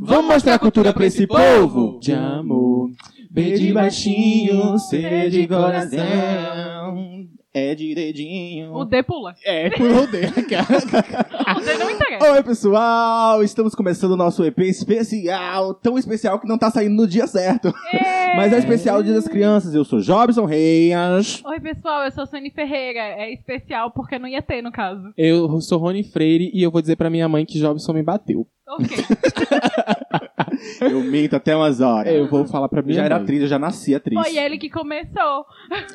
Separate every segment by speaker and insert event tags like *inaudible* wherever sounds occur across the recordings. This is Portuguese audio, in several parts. Speaker 1: Vamos mostrar a cultura pra esse povo?
Speaker 2: Te amo. B de baixinho, C de coração. É de dedinho.
Speaker 3: O D pula.
Speaker 2: É, pulou o D.
Speaker 3: O D não
Speaker 2: *laughs*
Speaker 3: interessa.
Speaker 2: Oi, pessoal! Estamos começando o nosso EP especial, tão especial que não tá saindo no dia certo. Mas é especial Dia das Crianças. Eu sou Jobson Reis.
Speaker 3: Oi, pessoal, eu sou a Sônia Ferreira. É especial porque não ia ter, no caso.
Speaker 1: Eu sou Rony Freire e eu vou dizer pra minha mãe que Jobson me bateu.
Speaker 3: Ok.
Speaker 2: Eu minto até umas horas.
Speaker 1: Eu vou falar pra minha
Speaker 2: já era
Speaker 1: mãe.
Speaker 2: atriz, eu já nasci atriz.
Speaker 3: Foi ele que começou.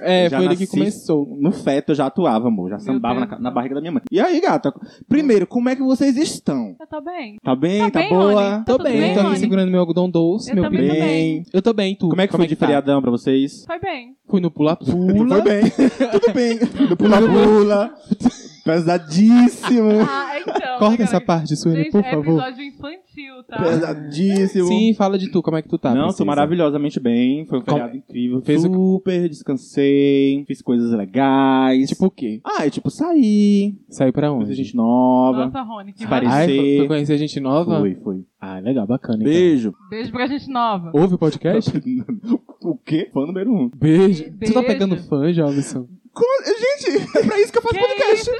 Speaker 1: É,
Speaker 2: Já
Speaker 1: foi ele que
Speaker 2: nasci-
Speaker 1: começou.
Speaker 2: No feto eu já atuava, amor. Já sambava
Speaker 3: Deus
Speaker 2: na, ca-
Speaker 3: do céu.
Speaker 2: na barriga da minha mãe. E aí, gata? Primeiro, como é que vocês estão?
Speaker 3: Eu tô bem.
Speaker 2: Tá bem?
Speaker 3: Tá
Speaker 2: Tá,
Speaker 3: bem,
Speaker 2: boa?
Speaker 3: Rony? Tá
Speaker 1: Tô
Speaker 3: tudo
Speaker 1: bem,
Speaker 3: bem,
Speaker 1: tô aqui
Speaker 3: Rony?
Speaker 1: segurando meu algodão doce,
Speaker 3: Eu
Speaker 1: meu
Speaker 3: também tô
Speaker 1: bico.
Speaker 3: bem.
Speaker 1: Eu tô bem, tu.
Speaker 2: Como é que foi de
Speaker 1: tá?
Speaker 2: feriadão pra vocês?
Speaker 3: Foi bem.
Speaker 1: Fui no
Speaker 2: Foi
Speaker 1: pula-pula.
Speaker 2: bem. Tudo bem. Do pula-pula. Pesadíssimo.
Speaker 3: Ah, então.
Speaker 1: Corta essa
Speaker 3: galera.
Speaker 1: parte, Sueli,
Speaker 3: Gente,
Speaker 1: por
Speaker 3: é
Speaker 1: favor.
Speaker 3: episódio infantil, tá?
Speaker 2: Pesadíssimo.
Speaker 1: Sim, fala de tu, como é que tu tá?
Speaker 2: Não,
Speaker 1: princesa?
Speaker 2: tô maravilhosamente bem. Foi um
Speaker 1: Como-
Speaker 2: feriado incrível.
Speaker 1: Fez o-
Speaker 2: Super, descansei. Fiz coisas legais.
Speaker 1: Tipo o quê?
Speaker 2: Ah, é tipo, saí.
Speaker 1: Saiu pra
Speaker 2: Conheci
Speaker 1: onde?
Speaker 2: gente nova.
Speaker 3: Nossa, Rony, que
Speaker 2: Pare-
Speaker 3: bacana.
Speaker 1: Ai, foi,
Speaker 2: Parecer-
Speaker 1: foi conhecer gente nova?
Speaker 2: Foi, foi.
Speaker 1: Ah, legal, bacana. então.
Speaker 2: Beijo.
Speaker 3: Beijo pra gente nova.
Speaker 1: Ouve o podcast?
Speaker 2: Então, o quê? Fã número um.
Speaker 1: Beijo. Tu tá
Speaker 3: Beijo.
Speaker 1: pegando fã, Jobson?
Speaker 2: Como- Gente, *laughs* é pra isso que eu faço
Speaker 3: Que
Speaker 2: podcast.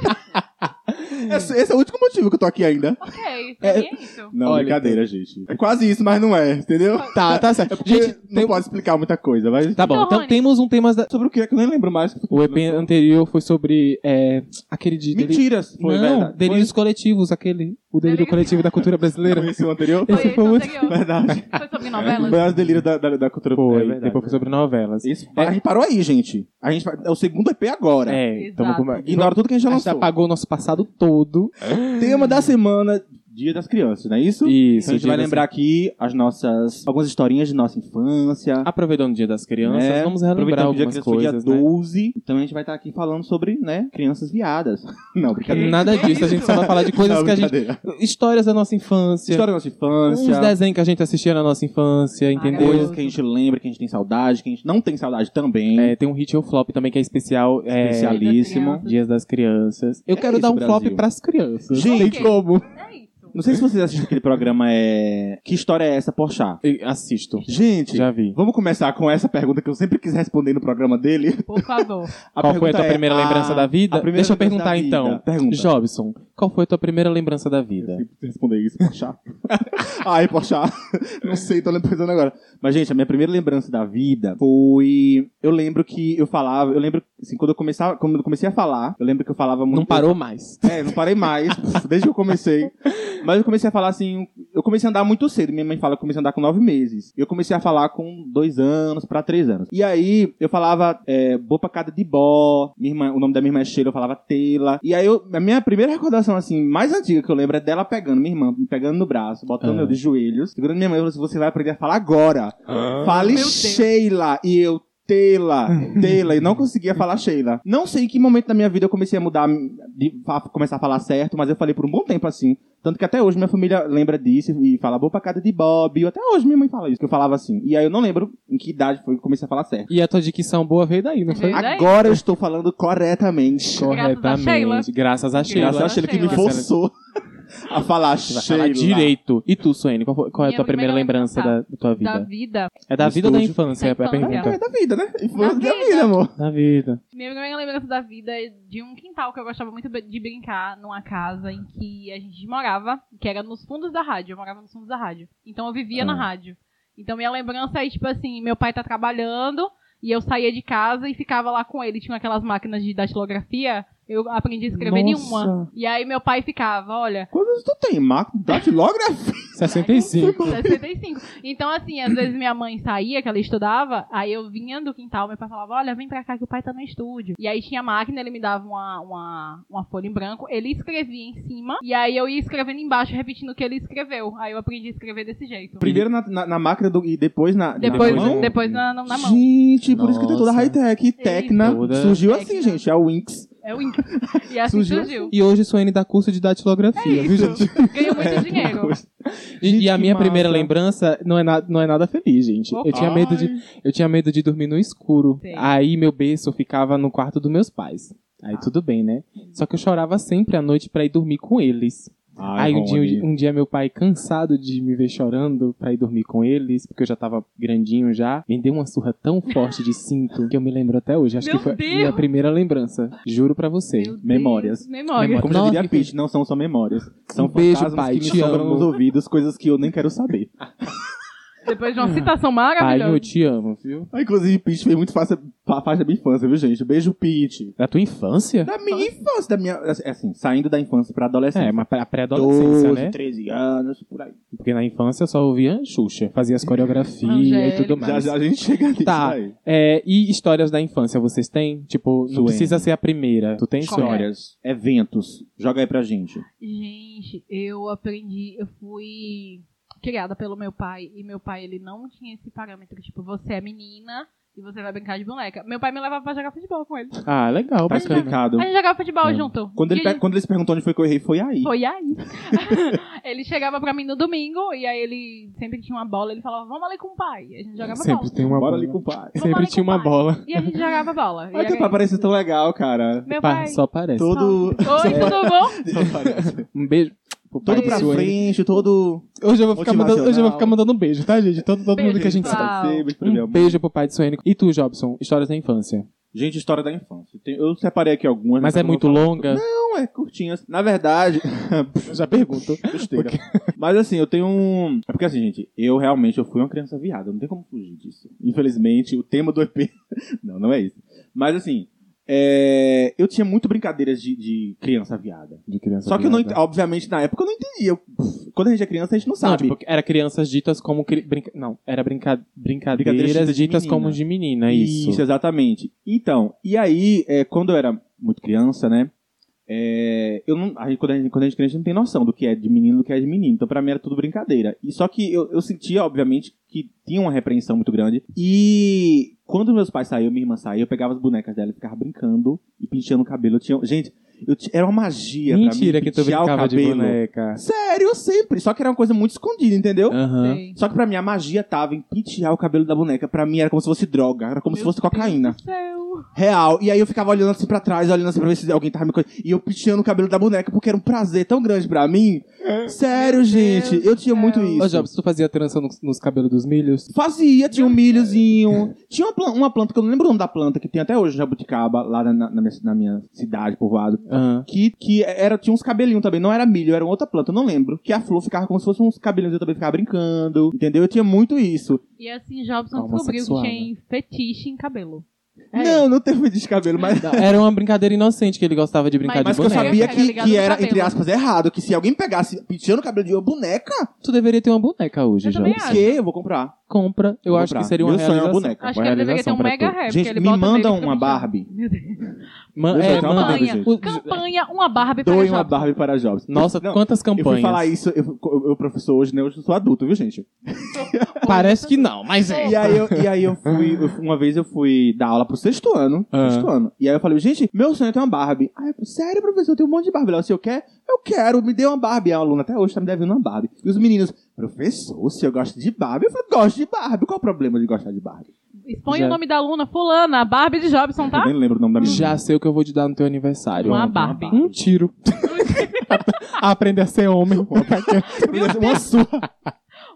Speaker 2: *laughs* Esse, esse é o último motivo que eu tô aqui ainda.
Speaker 3: Ok, pra mim é isso.
Speaker 2: Não,
Speaker 1: Olha,
Speaker 2: brincadeira, gente. É quase isso, mas não é, entendeu?
Speaker 1: Tá, tá certo.
Speaker 2: Porque
Speaker 1: Gente,
Speaker 2: não
Speaker 1: tem-
Speaker 2: pode explicar muita coisa, mas.
Speaker 1: Tá bom,
Speaker 3: Então,
Speaker 1: então
Speaker 3: Rony.
Speaker 1: temos um tema da,
Speaker 2: Sobre o que é que eu nem lembro mais.
Speaker 1: O EP anterior foi sobre é, aquele de. deli-
Speaker 2: Mentiras, foi
Speaker 1: não,
Speaker 2: verdade.
Speaker 1: delírios coletivos, aquele. O delírio
Speaker 3: Delírio.
Speaker 1: coletivo da cultura
Speaker 2: Foi,
Speaker 1: brasileira.
Speaker 2: foi esse o *laughs* anterior?
Speaker 3: Foi
Speaker 1: Esse
Speaker 3: esse
Speaker 1: foi o último.
Speaker 3: anterior.
Speaker 2: Verdade.
Speaker 3: Foi
Speaker 2: Foi
Speaker 3: sobre novelas?
Speaker 2: as delírios da, da, da cultura
Speaker 1: Foi,
Speaker 2: é verdade.
Speaker 1: depois foi sobre novelas.
Speaker 2: Isso, A gente parou aí, gente. A gente vai- é o segundo EP agora.
Speaker 1: É,
Speaker 3: Exato.
Speaker 1: tamo com...
Speaker 2: E Ignora tudo que a gente já
Speaker 1: A gente
Speaker 2: lançou.
Speaker 1: apagou o nosso passado todo.
Speaker 2: Tema da semana, Dia das Crianças, não é isso?
Speaker 1: Isso,
Speaker 2: a gente
Speaker 1: dia
Speaker 2: vai
Speaker 1: das-
Speaker 2: lembrar aqui as nossas. algumas historinhas de nossa infância.
Speaker 1: Aproveitando o Dia das Crianças,
Speaker 2: né?
Speaker 1: vamos
Speaker 2: Aproveitando
Speaker 1: relembrar
Speaker 2: que o dia
Speaker 1: algumas
Speaker 2: das crianças
Speaker 1: coisas.
Speaker 2: Foi dia
Speaker 1: né?
Speaker 2: 12. Então a gente vai estar aqui falando sobre, né, crianças viadas. *laughs* Não, brincadeira.
Speaker 1: Nada
Speaker 3: Que
Speaker 1: disso, a gente só
Speaker 2: *laughs*
Speaker 1: vai falar de coisas
Speaker 2: Não,
Speaker 1: que a gente.
Speaker 2: brincadeira.
Speaker 1: Histórias da nossa infância.
Speaker 2: História da nossa infância.
Speaker 1: Uns desenhos que a gente assistia na nossa infância, entendeu?
Speaker 2: Coisas que a gente lembra, que a gente tem saudade, que a gente não tem saudade também.
Speaker 1: É, tem um hit ou flop também que é especial. é,
Speaker 2: Especialíssimo.
Speaker 1: Dias das Crianças. Eu
Speaker 2: É
Speaker 1: quero
Speaker 2: isso,
Speaker 1: dar um
Speaker 2: Brasil.
Speaker 1: flop pras crianças.
Speaker 2: Gente,
Speaker 3: Ok.
Speaker 2: como?
Speaker 3: É isso.
Speaker 2: Não sei se vocês assistem aquele programa, é... Que História é Essa, Porchat?
Speaker 1: Eu assisto.
Speaker 2: Gente,
Speaker 1: Já vi.
Speaker 2: vamos começar com essa pergunta que eu sempre quis responder no programa dele.
Speaker 3: Por favor.
Speaker 1: qual foi a tua primeira lembrança da vida?
Speaker 2: é a primeira
Speaker 1: Deixa eu
Speaker 2: lembrança da
Speaker 1: perguntar
Speaker 2: vida.
Speaker 1: então.
Speaker 2: Pergunta.
Speaker 1: Jobson, qual foi a tua primeira lembrança da vida?
Speaker 2: Sempre responder isso, Porchat. *laughs* Ai, Porchat. *laughs* Não sei, tô pensando agora. Mas, gente, a minha primeira lembrança da vida foi... Eu lembro que eu falava... Eu lembro, assim, quando eu, começava, quando eu comecei a falar, eu lembro que eu falava muito...
Speaker 1: Não parou mais.
Speaker 2: É, não parei mais, desde que eu comecei. Mas eu comecei a falar assim, eu comecei a andar muito cedo. Minha mãe fala que eu comecei a andar com nove meses. Eu comecei a falar com dois anos pra três anos. E aí, eu falava é, bopacada de bó, minha irmã, o nome da minha irmã é Sheila, eu falava tela. E aí, eu- a minha primeira recordação, assim, mais antiga que eu lembro é dela pegando minha irmã, me pegando no braço, botando
Speaker 1: Ah.
Speaker 2: eu de joelhos, segurando minha mãe e falando assim, você vai aprender a falar agora. Fale
Speaker 3: Meu Deus.
Speaker 2: Sheila. E eu, Tela,
Speaker 1: Uhum.
Speaker 2: Tela. E não conseguia falar Sheila. Não sei em que momento da minha vida eu comecei a mudar, de, a começar a falar certo, mas eu falei por um bom tempo assim. Tanto que até hoje minha família lembra disso e fala boa pra casa de Bob. Até hoje minha mãe fala isso, que eu falava assim. E aí eu não lembro em que idade foi que eu comecei a falar certo.
Speaker 1: E a tua dicção boa veio daí, não foi?
Speaker 3: Veio daí.
Speaker 2: Agora eu estou falando corretamente.
Speaker 3: Corretamente.
Speaker 1: Corretamente. Graças a Sheila.
Speaker 2: Graças a Sheila que me
Speaker 3: Sheila.
Speaker 2: forçou a falar
Speaker 1: Você vai
Speaker 2: Sheila.
Speaker 1: falar direito. E tu, Suene, qual, foi- qual é a
Speaker 3: Minha
Speaker 1: tua primeira
Speaker 3: primeira
Speaker 1: lembrança da, da tua
Speaker 3: Da
Speaker 1: vida?
Speaker 3: vida.
Speaker 1: É da
Speaker 2: No
Speaker 1: vida ou da
Speaker 2: estúdio.
Speaker 1: infância? É a
Speaker 3: Da infância.
Speaker 1: pergunta.
Speaker 2: É da vida, né? Foi da
Speaker 3: vida.
Speaker 2: vida, amor.
Speaker 1: Da vida.
Speaker 3: Minha primeira lembrança da vida é de um quintal que eu gostava muito de brincar numa casa em que a gente morava, que era nos fundos da rádio. Eu morava nos fundos da rádio. Então eu vivia na
Speaker 1: Ah.
Speaker 3: rádio. Então minha lembrança é tipo assim, meu pai tá trabalhando e eu saía de casa e ficava lá com ele. Tinha aquelas máquinas de datilografia. Eu aprendi a escrever
Speaker 2: Nossa.
Speaker 3: nenhuma. E aí meu pai ficava, olha,
Speaker 2: Quantos tu tem, Marco? né? Datilógrafo?
Speaker 1: 65.
Speaker 3: 65. Então, assim, às vezes minha mãe saía, que ela estudava, aí eu vinha do quintal, meu pai falava, olha, vem pra cá que o pai tá no estúdio. E aí tinha máquina, ele me dava uma, uma, uma folha em branco, ele escrevia em cima, e aí eu ia escrevendo embaixo, repetindo o que ele escreveu. Aí eu aprendi a escrever desse jeito.
Speaker 2: Primeiro na, na- na máquina do- e depois na,
Speaker 3: Depois,
Speaker 2: na mão?
Speaker 3: depois na, na, na mão.
Speaker 2: Gente, por isso que tem toda a
Speaker 1: Nossa.
Speaker 2: high-tech. Tecna
Speaker 1: Toda-
Speaker 2: surgiu assim,
Speaker 3: Tecna.
Speaker 2: gente. É o Winx.
Speaker 3: É o índice. E assim
Speaker 2: Surgiu
Speaker 3: surgiu.
Speaker 1: E hoje Suene dá curso de datilografia,
Speaker 3: É
Speaker 1: viu,
Speaker 3: isso.
Speaker 1: gente?
Speaker 3: Ganhou muito
Speaker 2: É,
Speaker 3: dinheiro.
Speaker 1: E, e a
Speaker 2: que
Speaker 1: minha
Speaker 2: massa.
Speaker 1: primeira lembrança não é, na- não é nada feliz, gente. Eu tinha, medo de, eu tinha medo de dormir no escuro.
Speaker 3: Sei.
Speaker 1: Aí meu berço ficava no
Speaker 3: Ah.
Speaker 1: quarto dos meus pais. Aí tudo bem, né? Só que eu chorava sempre à noite pra ir dormir com eles. Aí um dia, um dia meu pai, cansado de me ver chorando pra ir dormir com eles, porque eu já tava grandinho já, me deu uma surra tão forte de cinto que eu me lembro até hoje. Acho
Speaker 3: Meu
Speaker 1: que foi
Speaker 3: Deus!
Speaker 1: a minha primeira lembrança. Juro pra você.
Speaker 3: Meu Deus.
Speaker 2: Memórias.
Speaker 3: Memórias.
Speaker 2: Como já
Speaker 1: Nossa,
Speaker 2: diria
Speaker 1: que
Speaker 2: Pete, não são só memórias. São
Speaker 1: Um beijo,
Speaker 2: fantasmas
Speaker 1: pai,
Speaker 2: que me
Speaker 1: te
Speaker 2: sobram
Speaker 1: amo.
Speaker 2: nos ouvidos, coisas que eu nem quero saber.
Speaker 3: Depois de uma citação
Speaker 1: Pai, eu
Speaker 3: maravilhosa.
Speaker 1: te amo, viu?
Speaker 2: Ah, inclusive, Pete fez muito faixa, fa- faixa da minha infância, viu, gente? Beijo, Pete.
Speaker 1: Da tua infância?
Speaker 2: Da minha infância, da minha... é Assim, saindo da infância pra adolescência.
Speaker 1: É, uma pré- a pré-adolescência,
Speaker 2: 12,
Speaker 1: né?
Speaker 2: 13 anos, por aí.
Speaker 1: Porque na infância eu só ouvia Xuxa, fazia as coreografias e
Speaker 3: Angélica.
Speaker 1: tudo
Speaker 2: Já,
Speaker 1: mais.
Speaker 2: já a gente chega nisso
Speaker 1: Tá.
Speaker 2: aí.
Speaker 1: É, e histórias da infância vocês têm? Tipo, não
Speaker 2: Suene.
Speaker 1: precisa ser a primeira. Tu tem
Speaker 3: Qual é?
Speaker 1: história?
Speaker 2: Histórias, eventos. Joga aí pra gente.
Speaker 3: Gente, eu aprendi, eu fui criada pelo meu pai e meu pai ele não tinha esse parâmetro, tipo, você é menina e você vai brincar de boneca. Meu pai me levava pra jogar futebol com ele.
Speaker 1: Ah, legal,
Speaker 2: Tá
Speaker 1: bacana.
Speaker 2: explicado.
Speaker 3: A gente jogava futebol
Speaker 1: É.
Speaker 3: junto.
Speaker 2: Quando ele,
Speaker 3: E a
Speaker 2: pe-
Speaker 3: gente-
Speaker 2: quando ele se perguntou onde foi que eu errei, foi aí.
Speaker 3: Foi aí. *laughs* ele chegava pra mim no domingo e aí ele sempre tinha uma bola, ele falava, vamos ali com o pai. E a gente jogava
Speaker 1: Sempre
Speaker 3: bola.
Speaker 1: tem uma
Speaker 2: Bora
Speaker 1: bola.
Speaker 2: ali com o pai.
Speaker 3: Vamos
Speaker 1: Sempre
Speaker 3: ali
Speaker 1: tinha
Speaker 3: com o
Speaker 1: uma
Speaker 3: pai.
Speaker 1: bola.
Speaker 3: E a gente jogava bola. E
Speaker 2: Ai,
Speaker 3: aí-
Speaker 2: teu pai parece tão legal, cara.
Speaker 3: Meu
Speaker 1: Pa-
Speaker 3: pai.
Speaker 1: Só parece.
Speaker 2: Todo...
Speaker 1: *laughs*
Speaker 3: Oi, tudo
Speaker 2: *laughs*
Speaker 3: bom?
Speaker 2: Só parece.
Speaker 1: Um beijo. pro pai
Speaker 2: todo
Speaker 1: da
Speaker 2: pra
Speaker 1: Suene.
Speaker 2: frente, todo...
Speaker 1: Hoje eu, vou ficar mandando, hoje eu vou ficar mandando um beijo, tá, gente? Todo, todo
Speaker 3: Beijo, tá.
Speaker 1: mundo que a gente
Speaker 3: pessoal.
Speaker 1: sabe.
Speaker 2: Vai ser, mas tudo
Speaker 1: Um
Speaker 2: bem.
Speaker 1: beijo pro pai de Suene. E tu, Jobson? Histórias da infância.
Speaker 2: Gente, história da infância. Tem- Eu separei aqui algumas.
Speaker 1: Mas é
Speaker 2: eu não
Speaker 1: muito
Speaker 2: vou falar
Speaker 1: longa?
Speaker 2: Não, é curtinhas. Na
Speaker 1: *laughs*
Speaker 2: verdade,
Speaker 1: Eu já pergunto. *laughs*
Speaker 2: besteira. Mas assim, eu tenho um. É porque assim, gente, eu realmente eu fui uma criança viada, não tem como fugir disso. Infelizmente, o tema do EP. *laughs* não, não é isso. Mas assim, é, eu tinha muito brincadeiras de, de criança viada.
Speaker 1: De criança.
Speaker 2: Só que eu não, ent-
Speaker 1: viada.
Speaker 2: obviamente, na época eu não entendia. Eu- Quando a gente é criança, a gente não
Speaker 1: Não,
Speaker 2: sabe.
Speaker 1: tipo, era crianças ditas como. cri- brinca- Não, era brinca... brincadeiras
Speaker 2: Brincadeiras
Speaker 1: ditas,
Speaker 2: ditas de menina.
Speaker 1: como de menina, é isso.
Speaker 2: exatamente. Então, e aí, é, quando eu era muito criança, né? é, eu não, a gente, quando, a gente, quando a gente é criança, a gente não tem noção do que é de menino e do que é de menino. Então, pra mim, era tudo brincadeira. E só que eu, eu sentia, obviamente, que tinha uma repreensão muito grande. E quando meus pais saíam, minha irmã saía, eu pegava as bonecas dela e ficava brincando e penteando o cabelo. Eu tinha, gente, eu ti- era uma magia
Speaker 1: Mentira
Speaker 2: pra mim.
Speaker 1: que tu
Speaker 2: pentear o
Speaker 1: brincava de
Speaker 2: cabelo. né,
Speaker 1: boneca.
Speaker 2: Sério, sempre. Só que era uma coisa muito escondida, entendeu?
Speaker 1: Aham.
Speaker 3: Sei.
Speaker 2: Só que pra mim a magia tava em pentear o cabelo da boneca. Pra mim era como se fosse droga, era como se fosse cocaína.
Speaker 3: Meu Deus do céu.
Speaker 2: Real. E aí eu ficava olhando assim pra trás, olhando assim pra ver se alguém tava me coisa. E eu penteando o cabelo da boneca, porque era um prazer tão grande pra mim. Sério,
Speaker 3: É. Meu
Speaker 2: gente,
Speaker 3: Deus
Speaker 2: eu tinha muito
Speaker 3: do céu.
Speaker 2: isso.
Speaker 1: Ô, Jobs, tu fazia trança nos, nos cabelos dos milhos?
Speaker 2: Fazia, tinha um milhozinho. Tinha uma, plan- uma planta, que eu não lembro o nome da planta, que tem até hoje, em Jabuticaba, lá na, na- na minha, na minha cidade, povoado.
Speaker 1: Aham.
Speaker 2: Que, que era, tinha uns cabelinhos também, não era milho, era outra planta, eu não lembro. Que a flor ficava como se fosse uns cabelinhos, eu também ficava brincando, entendeu? Eu tinha muito isso.
Speaker 3: E assim, Jobson
Speaker 1: Alma
Speaker 3: descobriu
Speaker 1: sexual,
Speaker 3: que tinha fetiche em cabelo. É.
Speaker 2: Não, não teve de cabelo,
Speaker 3: *laughs*
Speaker 2: mas.
Speaker 1: Não, Era uma brincadeira inocente que ele gostava de brincar
Speaker 2: Mas
Speaker 3: Mas-
Speaker 1: de
Speaker 2: que eu
Speaker 1: boneca.
Speaker 2: sabia
Speaker 3: Era
Speaker 2: que,
Speaker 3: É ligado
Speaker 2: que
Speaker 3: no
Speaker 2: era,
Speaker 3: cabelo.
Speaker 2: entre aspas, errado. Que se alguém pegasse penteando o cabelo de uma boneca,
Speaker 1: Tu deveria ter uma boneca hoje,
Speaker 3: Eu também
Speaker 1: Jobs.
Speaker 3: acho.
Speaker 2: que eu vou comprar.
Speaker 1: Compra. Eu
Speaker 2: Vou
Speaker 1: acho
Speaker 2: comprar.
Speaker 1: que seria uma
Speaker 2: Meu sonho é uma
Speaker 1: realização.
Speaker 2: boneca.
Speaker 3: Acho
Speaker 1: Uma
Speaker 3: que ele deveria ter um
Speaker 1: realização pra
Speaker 3: mega
Speaker 1: tu.
Speaker 3: rap.
Speaker 2: Gente,
Speaker 3: ele
Speaker 2: me
Speaker 3: bota
Speaker 2: manda
Speaker 3: nele pra
Speaker 2: uma
Speaker 3: me chamar.
Speaker 2: Barbie.
Speaker 3: Meu Deus.
Speaker 1: Man-
Speaker 2: Meu
Speaker 1: é,
Speaker 2: sonho é uma
Speaker 1: manda.
Speaker 2: Barbie, gente.
Speaker 1: O-
Speaker 3: Campanha, uma Barbie para
Speaker 2: Doe
Speaker 3: Jobson.
Speaker 2: uma Barbie para Jobs.
Speaker 1: Nossa,
Speaker 2: Não,
Speaker 1: quantas
Speaker 2: Eu fui
Speaker 1: campanhas.
Speaker 2: falar isso, eu, eu, eu professor hoje, né? Hoje eu sou adulto, viu, gente?
Speaker 1: Parece que não, mas é.
Speaker 2: E aí eu, e *laughs* aí eu fui, eu fui- uma vez eu fui dar aula pro sexto ano.
Speaker 1: Ah.
Speaker 2: Sexto ano. E aí eu falei, gente, meu sonho é ter uma Barbie. Aí eu falei, sério, professor, eu tenho um monte de Barbie. Ela, se eu quer, eu quero, me dê uma Barbie. E A aluna até hoje tá me devendo uma Barbie. E os meninos, professor, se eu gosto de Barbie, eu falei, gosto de Barbie. Qual o problema de gostar de Barbie?
Speaker 3: Expõe
Speaker 1: Já.
Speaker 3: o nome da aluna, fulana, a Barbie de Jobson,
Speaker 2: Eu *laughs*
Speaker 3: tá?
Speaker 2: nem lembro o nome da minha
Speaker 1: Já sei o que eu vou te dar no teu aniversário.
Speaker 3: Uma
Speaker 1: Ontem.
Speaker 3: Barbie.
Speaker 1: Um tiro. A- *laughs* Aprender a ser homem.
Speaker 2: uma surra.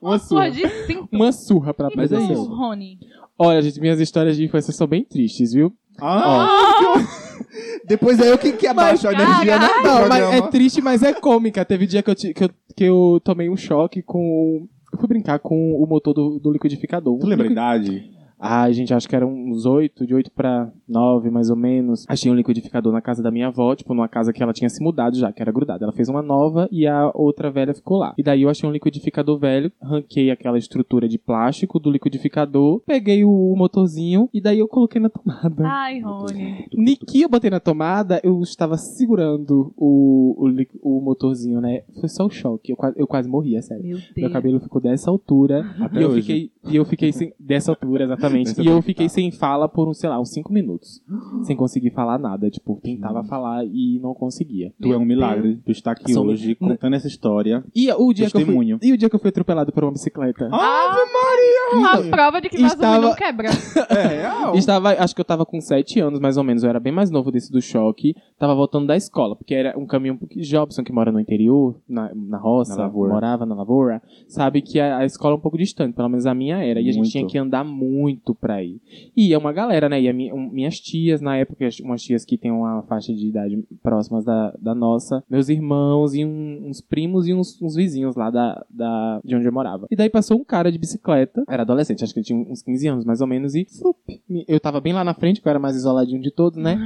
Speaker 1: Uma é
Speaker 3: Surra
Speaker 1: surra.
Speaker 3: de
Speaker 1: *laughs*
Speaker 3: cinto.
Speaker 1: Uma surra pra aprender a
Speaker 3: Então,
Speaker 1: ser homem.
Speaker 3: Rony.
Speaker 1: Olha, gente, minhas histórias de infância são bem tristes, viu?
Speaker 2: Ah. *laughs* Depois é eu que, que abaixo a energia né, do
Speaker 1: Não, mas
Speaker 2: programa.
Speaker 1: é triste, mas é cômica. Teve dia que eu, ti- que eu, que eu tomei um choque com. o- Eu fui brincar com o motor do, do liquidificador.
Speaker 2: Tu lembra a idade?
Speaker 1: Ah, gente, acho que era uns oito, de oito pra nove, mais ou menos. Achei um liquidificador na casa da minha avó, tipo, numa casa que ela tinha se mudado já, que era grudada. Ela fez uma nova e a outra velha ficou lá. E daí eu achei um liquidificador velho, ranquei aquela estrutura de plástico do liquidificador, peguei o motorzinho e daí eu coloquei na tomada.
Speaker 3: Ai, Rony.
Speaker 1: Niki, eu botei na tomada, eu estava segurando o, o, li- o motorzinho, né? Foi só o choque. Eu, qua- eu quase morri, é sério.
Speaker 3: Meu Deus.
Speaker 1: Meu cabelo ficou dessa altura.
Speaker 2: Até
Speaker 1: E eu,
Speaker 2: hoje.
Speaker 1: fiquei, e eu fiquei sem. Dessa altura, exatamente.
Speaker 2: Dessa
Speaker 1: e eu
Speaker 2: altura.
Speaker 1: fiquei sem fala por, uns, sei lá, uns cinco minutos. Sem conseguir falar nada. Tipo, tentava falar e não conseguia.
Speaker 2: Tu é um milagre. Tu está aqui
Speaker 1: Sou-
Speaker 2: hoje contando essa história.
Speaker 1: E o dia que eu fui,
Speaker 2: Testemunho.
Speaker 1: E o dia que eu fui atropelado por uma bicicleta?
Speaker 2: Ave
Speaker 3: A prova de que vaso
Speaker 1: Estava-
Speaker 3: ruim não quebra.
Speaker 2: Maria! É real.
Speaker 1: Estava, acho que eu tava com sete anos, mais ou menos. Eu era bem mais novo desse do choque. tava voltando da escola, porque era um caminho porque Jobson, que mora no interior, na, na roça,
Speaker 2: Na lavoura.
Speaker 1: morava na lavoura, sabe que a, a escola é um pouco distante, pelo menos a minha era, e a gente
Speaker 2: Muito.
Speaker 1: tinha que andar muito pra ir. E é uma galera, né? E a minha- um- minhas tias, na época, as- umas tias que têm uma faixa de idade próximas da, da nossa, meus irmãos e um- uns primos e uns, uns vizinhos lá da, da, de onde eu morava. E daí passou um cara de bicicleta, era adolescente, acho que ele tinha uns 15 anos mais ou menos, e flup, me- eu tava bem lá na frente, que eu era mais isoladinho de todos, né?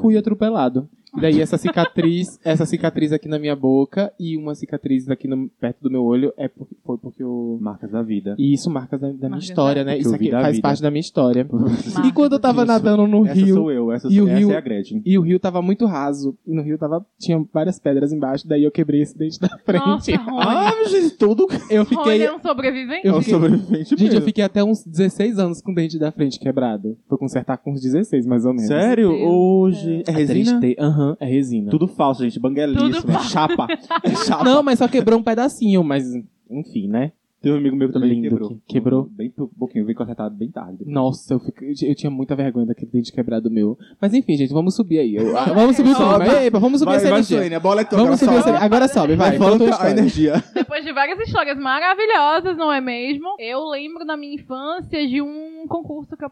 Speaker 1: Fui atropelado. E daí essa
Speaker 2: *laughs*
Speaker 1: cicatriz, essa cicatriz aqui na minha boca e uma cicatriz aqui no- perto do meu olho é por- foi porque eu.
Speaker 2: Marcas da vida.
Speaker 1: E isso marca da, da minha
Speaker 3: Marcas
Speaker 1: história, né?
Speaker 2: que eu
Speaker 1: Isso
Speaker 2: vi
Speaker 1: aqui
Speaker 2: da
Speaker 1: faz
Speaker 2: vida.
Speaker 1: parte da minha história.
Speaker 3: Marcas
Speaker 1: E quando eu tava
Speaker 2: Isso.
Speaker 1: nadando no
Speaker 2: Essa
Speaker 1: rio,
Speaker 2: sou eu, essa,
Speaker 1: E o
Speaker 2: essa
Speaker 1: Rio-
Speaker 2: é a Gretchen.
Speaker 1: e o rio tava muito raso, e no rio tava, tinha várias pedras embaixo, daí eu quebrei esse dente da *laughs* frente.
Speaker 3: Nossa,
Speaker 1: Ah,
Speaker 3: Rony.
Speaker 2: meu Jesus, *laughs* tudo
Speaker 1: eu
Speaker 3: Rony
Speaker 1: fiquei.
Speaker 3: é um sobrevivente.
Speaker 1: Eu
Speaker 2: é um
Speaker 1: fiquei-
Speaker 2: sobrevivente
Speaker 1: Gente,
Speaker 2: mesmo.
Speaker 1: eu fiquei até uns 16 anos com o dente da frente quebrado. Foi consertar com uns 16, mais ou menos.
Speaker 2: Sério?
Speaker 3: Meu Deus
Speaker 2: Hoje. É
Speaker 1: É resina?
Speaker 2: resina?
Speaker 1: Aham, é resina.
Speaker 2: Tudo falso, gente.
Speaker 3: Tudo
Speaker 2: Banguelíssimo. É
Speaker 1: *laughs*
Speaker 2: chapa. É chapa.
Speaker 1: Não, mas só quebrou um pedacinho, mas enfim, né?
Speaker 2: Tem um amigo meu que também
Speaker 1: Lindo
Speaker 2: quebrou.
Speaker 1: que- quebrou.
Speaker 2: Bem pou- pouquinho, veio consertado bem tarde.
Speaker 1: Nossa, eu, fico- eu tinha muita vergonha daquele dente quebrado meu. Mas enfim, gente, vamos subir aí. Eu- ah, vamos subir o som.
Speaker 2: Sobe.
Speaker 1: Epa, Vamos subir essa energia.
Speaker 2: Suene, a bola é tua.
Speaker 1: Vamos subir
Speaker 2: agora
Speaker 1: essa
Speaker 2: sobe.
Speaker 1: energia. né? Agora sobe, vai. conta a
Speaker 2: Levanta a *laughs*
Speaker 1: história.
Speaker 2: energia.
Speaker 3: Depois de várias histórias maravilhosas, não é mesmo? Eu lembro na minha infância de um concurso que eu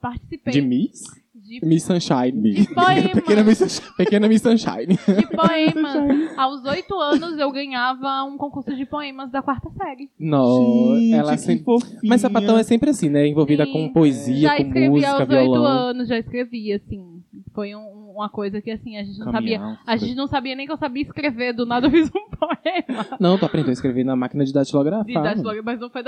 Speaker 3: participei
Speaker 1: De Miss?
Speaker 3: de
Speaker 1: Miss Sunshine.
Speaker 3: poemas.
Speaker 2: Pequena missão.
Speaker 1: Pequena Miss Sunshine.
Speaker 3: de poemas. Aos oito anos eu ganhava um concurso de poemas da quarta série.
Speaker 1: Não, ela
Speaker 2: que
Speaker 1: sempre.
Speaker 2: fofinha.
Speaker 1: Mas sapatão é sempre assim, né? Envolvida
Speaker 3: Sim.
Speaker 1: com poesia,
Speaker 3: já
Speaker 1: com
Speaker 3: escrevi
Speaker 1: música,
Speaker 3: aos oito
Speaker 1: violão.
Speaker 3: anos, já escrevi, assim. Foi um- uma coisa que assim, a gente não sabia.
Speaker 2: Caminhão,
Speaker 3: A gente não sabia nem que eu sabia escrever, do nada eu fiz um *laughs* poema.
Speaker 1: Não, tu aprendeu a escrever na máquina de datilografar.
Speaker 3: De datilografia, mas não foi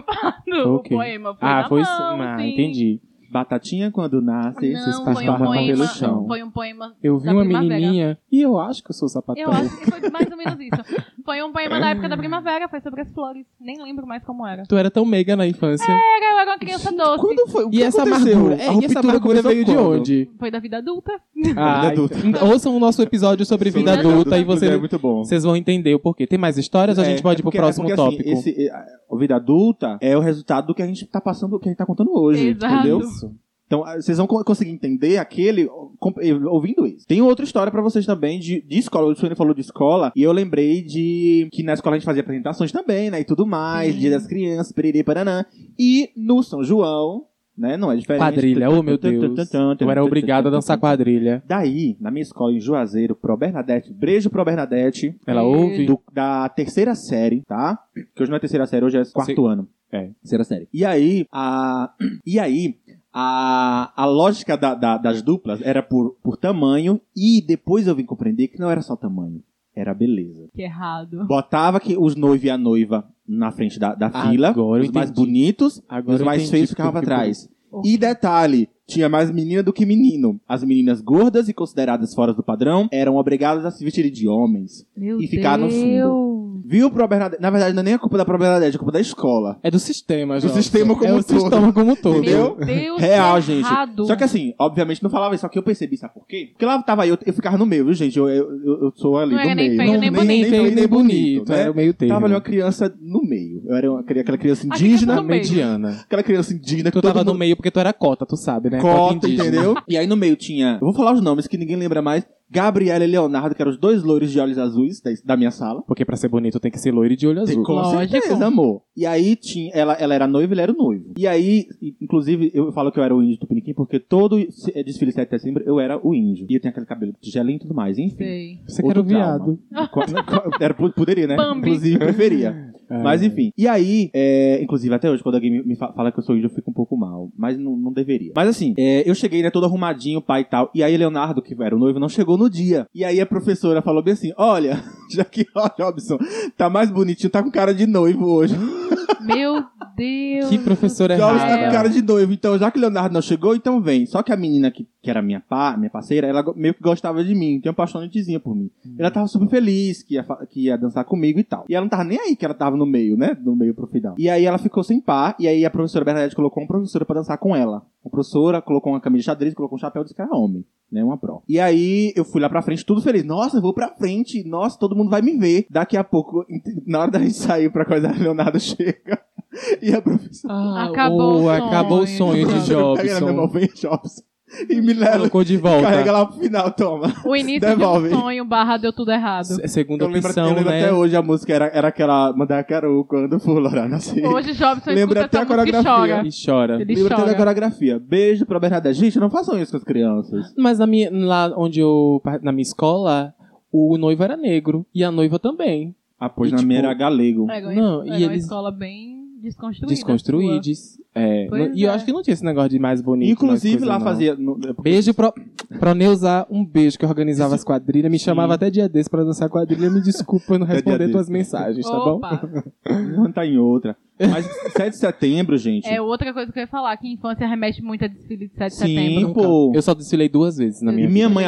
Speaker 3: datilografado
Speaker 1: Ok.
Speaker 3: o poema. Foi
Speaker 1: Ah,
Speaker 3: na
Speaker 1: foi isso.
Speaker 3: mão,
Speaker 1: Ah,
Speaker 3: sim.
Speaker 1: entendi.
Speaker 2: Batatinha quando nasce,
Speaker 1: vocês
Speaker 3: Não, foi um
Speaker 1: passavam
Speaker 3: poema.
Speaker 2: pelo chão.
Speaker 3: Foi um poema.
Speaker 1: Eu vi
Speaker 3: Da
Speaker 1: uma
Speaker 3: primavera.
Speaker 1: menininha e eu acho que eu sou sapatão.
Speaker 3: Eu acho que foi mais ou menos isso. Foi um poema da época da primavera, foi sobre as flores. Nem lembro mais como era.
Speaker 1: Tu era tão meiga na infância.
Speaker 3: Era, eu era uma criança doce.
Speaker 2: Quando foi? O
Speaker 1: E
Speaker 2: que
Speaker 1: essa
Speaker 2: aconteceu?
Speaker 1: amargura, é,
Speaker 2: A
Speaker 1: e essa
Speaker 2: ruptura
Speaker 1: amargura
Speaker 2: começou
Speaker 1: veio de
Speaker 2: quando?
Speaker 1: onde?
Speaker 3: Foi da vida adulta.
Speaker 1: Ah,
Speaker 2: Vida adulta.
Speaker 1: então, Ouçam o nosso episódio sobre vida
Speaker 2: Sobre
Speaker 1: adulta e
Speaker 2: É
Speaker 1: vocês,
Speaker 2: muito bom.
Speaker 1: vocês vão entender o porquê. Tem mais histórias ou a gente
Speaker 2: É,
Speaker 1: pode ir
Speaker 2: porque-
Speaker 1: pro próximo
Speaker 2: porque,
Speaker 1: tópico?
Speaker 2: Assim, esse, é, a vida adulta é o resultado do que a gente tá passando, que a gente tá contando hoje,
Speaker 3: Exato.
Speaker 2: entendeu?
Speaker 1: Isso.
Speaker 2: Então, ah, vocês vão co- conseguir entender aquele com- eh, ouvindo isso. Tem outra história pra vocês também de, de escola. O Suene falou de escola e eu lembrei de que na escola a gente fazia apresentações também, né? E tudo mais,
Speaker 3: Sim.
Speaker 2: Dia das Crianças, periri, paranã. E no São João, né? Não é diferente.
Speaker 1: Quadrilha, oh meu Deus. Eu era obrigado a dançar quadrilha.
Speaker 2: Daí, na minha escola em Juazeiro, Pro Bernadette, beijo Pro Bernadette,
Speaker 1: Ela
Speaker 3: E-
Speaker 1: ouve.
Speaker 2: É. do- da terceira série, tá? Que hoje não é terceira série, hoje é quarto ano.
Speaker 1: É.
Speaker 2: Terceira série. E aí, a. *clears throat* E aí. A, a lógica da- da- das duplas era por, por tamanho, e depois eu vim compreender que não era só tamanho, era beleza.
Speaker 3: Que errado.
Speaker 2: Botava que os noivos e a noiva na frente da, da
Speaker 1: Agora
Speaker 2: fila,
Speaker 1: eu
Speaker 2: os mais
Speaker 1: entendi.
Speaker 2: bonitos, e
Speaker 1: Agora
Speaker 2: os
Speaker 1: eu
Speaker 2: mais
Speaker 1: entendi
Speaker 2: feios
Speaker 1: porque
Speaker 2: ficavam pra
Speaker 1: eu fico-
Speaker 2: trás. E detalhe, tinha mais menina do que menino. As meninas gordas e consideradas fora do padrão eram obrigadas a se vestirem de homens.
Speaker 3: Meu
Speaker 2: E ficar no fundo. Viu, Pro Bernadette? Na verdade, não é nem a culpa da Pro Bernadette, é a culpa da escola.
Speaker 1: É do sistema,
Speaker 2: Do
Speaker 1: Jota.
Speaker 2: sistema como
Speaker 1: É o
Speaker 2: um todo.
Speaker 1: sistema como um todo.
Speaker 2: Entendeu?
Speaker 3: Meu Deus,
Speaker 2: *laughs* Real,
Speaker 3: que
Speaker 2: gente.
Speaker 3: errado.
Speaker 2: Só que assim, obviamente não falava isso, só que eu percebi, sabe por quê? Porque lá tava eu, eu ficava no meio, viu, gente? Eu, eu, eu- eu sou ali
Speaker 3: Não
Speaker 2: do
Speaker 3: era nem
Speaker 2: meio.
Speaker 3: feio,
Speaker 2: Não-
Speaker 3: nem
Speaker 1: nem
Speaker 3: bonito.
Speaker 1: feio, nem bonito.
Speaker 2: né?
Speaker 1: Era o meio termo.
Speaker 2: Tava ali uma criança no meio. Eu era uma- aquela criança
Speaker 3: A criança
Speaker 2: indígena,
Speaker 3: no meio.
Speaker 1: mediana.
Speaker 2: aquela criança indígena que
Speaker 1: Tu tava
Speaker 2: todo
Speaker 1: no meio porque tu era cota, tu sabe, né?
Speaker 2: Cota,
Speaker 1: indígena.
Speaker 2: entendeu? E aí no meio tinha. Eu vou falar os nomes que ninguém lembra mais. Gabriela e Leonardo, que eram os dois loiros de olhos azuis da, da minha sala.
Speaker 1: Porque pra ser bonito tem que ser loiro e de olho azul.
Speaker 2: Com
Speaker 3: Lógico.
Speaker 2: certeza, amor. E aí tinha. Ela, ela era noiva e ele era o noivo. E aí, e- inclusive, eu falo que eu era o índio do Piniquim, porque todo se- é, desfile 7 de setembro eu era o índio. E eu tinha aquele cabelo de gelinho e tudo mais. Enfim.
Speaker 3: Sei.
Speaker 1: Você quer
Speaker 2: Outro
Speaker 1: o viado.
Speaker 2: Co- não, co- Era, poderia, né?
Speaker 3: Bambi.
Speaker 2: Inclusive, eu preferia.
Speaker 1: É.
Speaker 2: Mas enfim. E aí, é, inclusive até hoje, quando alguém me- me fa- fala que eu sou índio, eu fico um pouco mal. Mas não, não deveria. Mas assim, é, eu cheguei, né, todo arrumadinho, pai e tal. E aí, Leonardo, que era o noivo, não chegou no dia. E aí a professora falou bem assim: olha, *laughs* já que, ó, Jobson, tá mais bonitinho, tá com cara de noivo hoje.
Speaker 3: Meu Deus.
Speaker 1: Que professor é
Speaker 2: Jobson tá
Speaker 3: raro.
Speaker 2: com cara de noivo. Então, já que Leonardo não chegou, então vem. Só que a menina que, que era minha pá, minha parceira, ela go- meio que gostava de mim, tinha um apaixonatezinha por mim. Ela tava super feliz que ia, fa- que ia dançar comigo e tal. E ela não tava nem aí que ela tava no meio, né? No meio pro final. E aí ela ficou sem par, e aí a professora Bernadette colocou uma professora pra dançar com ela. A professora colocou uma camisa de xadrez, colocou um chapéu, disse que era homem. Né, uma pró. E aí eu fui lá pra frente, tudo feliz. Nossa, eu vou pra frente. Nossa, todo mundo vai me ver. Daqui a pouco, *laughs* na hora da gente sair pra coisa, *laughs* Leonardo chega. *laughs* E a professora
Speaker 1: Ah,
Speaker 3: Acabou o
Speaker 1: oh,
Speaker 3: sonho.
Speaker 1: acabou o sonho de
Speaker 3: Jobson.
Speaker 2: Pega na minha mão,
Speaker 1: Jobson.
Speaker 2: vem, Jobson. e me leva.
Speaker 1: Colocou de
Speaker 2: Carrega
Speaker 1: volta.
Speaker 2: lá pro final, toma.
Speaker 3: O início
Speaker 2: Devolve.
Speaker 3: de um sonho barra deu tudo errado.
Speaker 1: É segunda
Speaker 2: Eu lembro,
Speaker 1: opção,
Speaker 2: eu lembro
Speaker 1: né?
Speaker 2: até hoje a música era, era aquela Mandacaru quando for Lorar nascer.
Speaker 3: Hoje Jobson
Speaker 2: Lembra
Speaker 3: escuta
Speaker 2: até
Speaker 3: essa
Speaker 2: a
Speaker 3: música e
Speaker 2: coreografia.
Speaker 3: chora.
Speaker 1: E chora.
Speaker 3: Ele
Speaker 2: Lembro até da
Speaker 3: chora.
Speaker 2: coreografia. Beijo pra Bernadette. Gente, não façam isso com as crianças.
Speaker 1: Mas na minha, lá onde eu. Na minha escola, o noivo era negro. E a noiva também.
Speaker 2: Ah, pois
Speaker 1: E,
Speaker 2: na
Speaker 1: tipo,
Speaker 2: minha era galego.
Speaker 3: Era uma-
Speaker 1: Não,
Speaker 3: era
Speaker 1: e
Speaker 3: É, uma
Speaker 1: eles-
Speaker 3: escola bem desconstruída.
Speaker 1: Desconstruídos. É.
Speaker 3: Pois
Speaker 1: não- E eu
Speaker 3: é.
Speaker 1: acho que não tinha esse negócio de mais bonito. mais
Speaker 2: Inclusive
Speaker 1: coisa,
Speaker 2: lá
Speaker 1: não.
Speaker 2: fazia. no-
Speaker 1: Beijo pro, pro Neuza, um beijo que organizava as quadrilhas. Me chamava até dia desse pra dançar quadrilha. Me desculpa eu não
Speaker 2: Até dia
Speaker 1: responder
Speaker 2: desse.
Speaker 1: tuas mensagens, tá bom?
Speaker 3: Opa,
Speaker 2: Não tá em outra.
Speaker 1: *laughs*
Speaker 2: Mas 7 de setembro, gente.
Speaker 3: é outra coisa que eu ia falar, que infância remete muito a desfile de 7 de
Speaker 2: Sim.
Speaker 3: setembro.
Speaker 1: Nunca.
Speaker 2: pô.
Speaker 1: Eu só desfilei duas vezes na
Speaker 2: E
Speaker 1: minha
Speaker 2: minha
Speaker 1: vida.
Speaker 2: mãe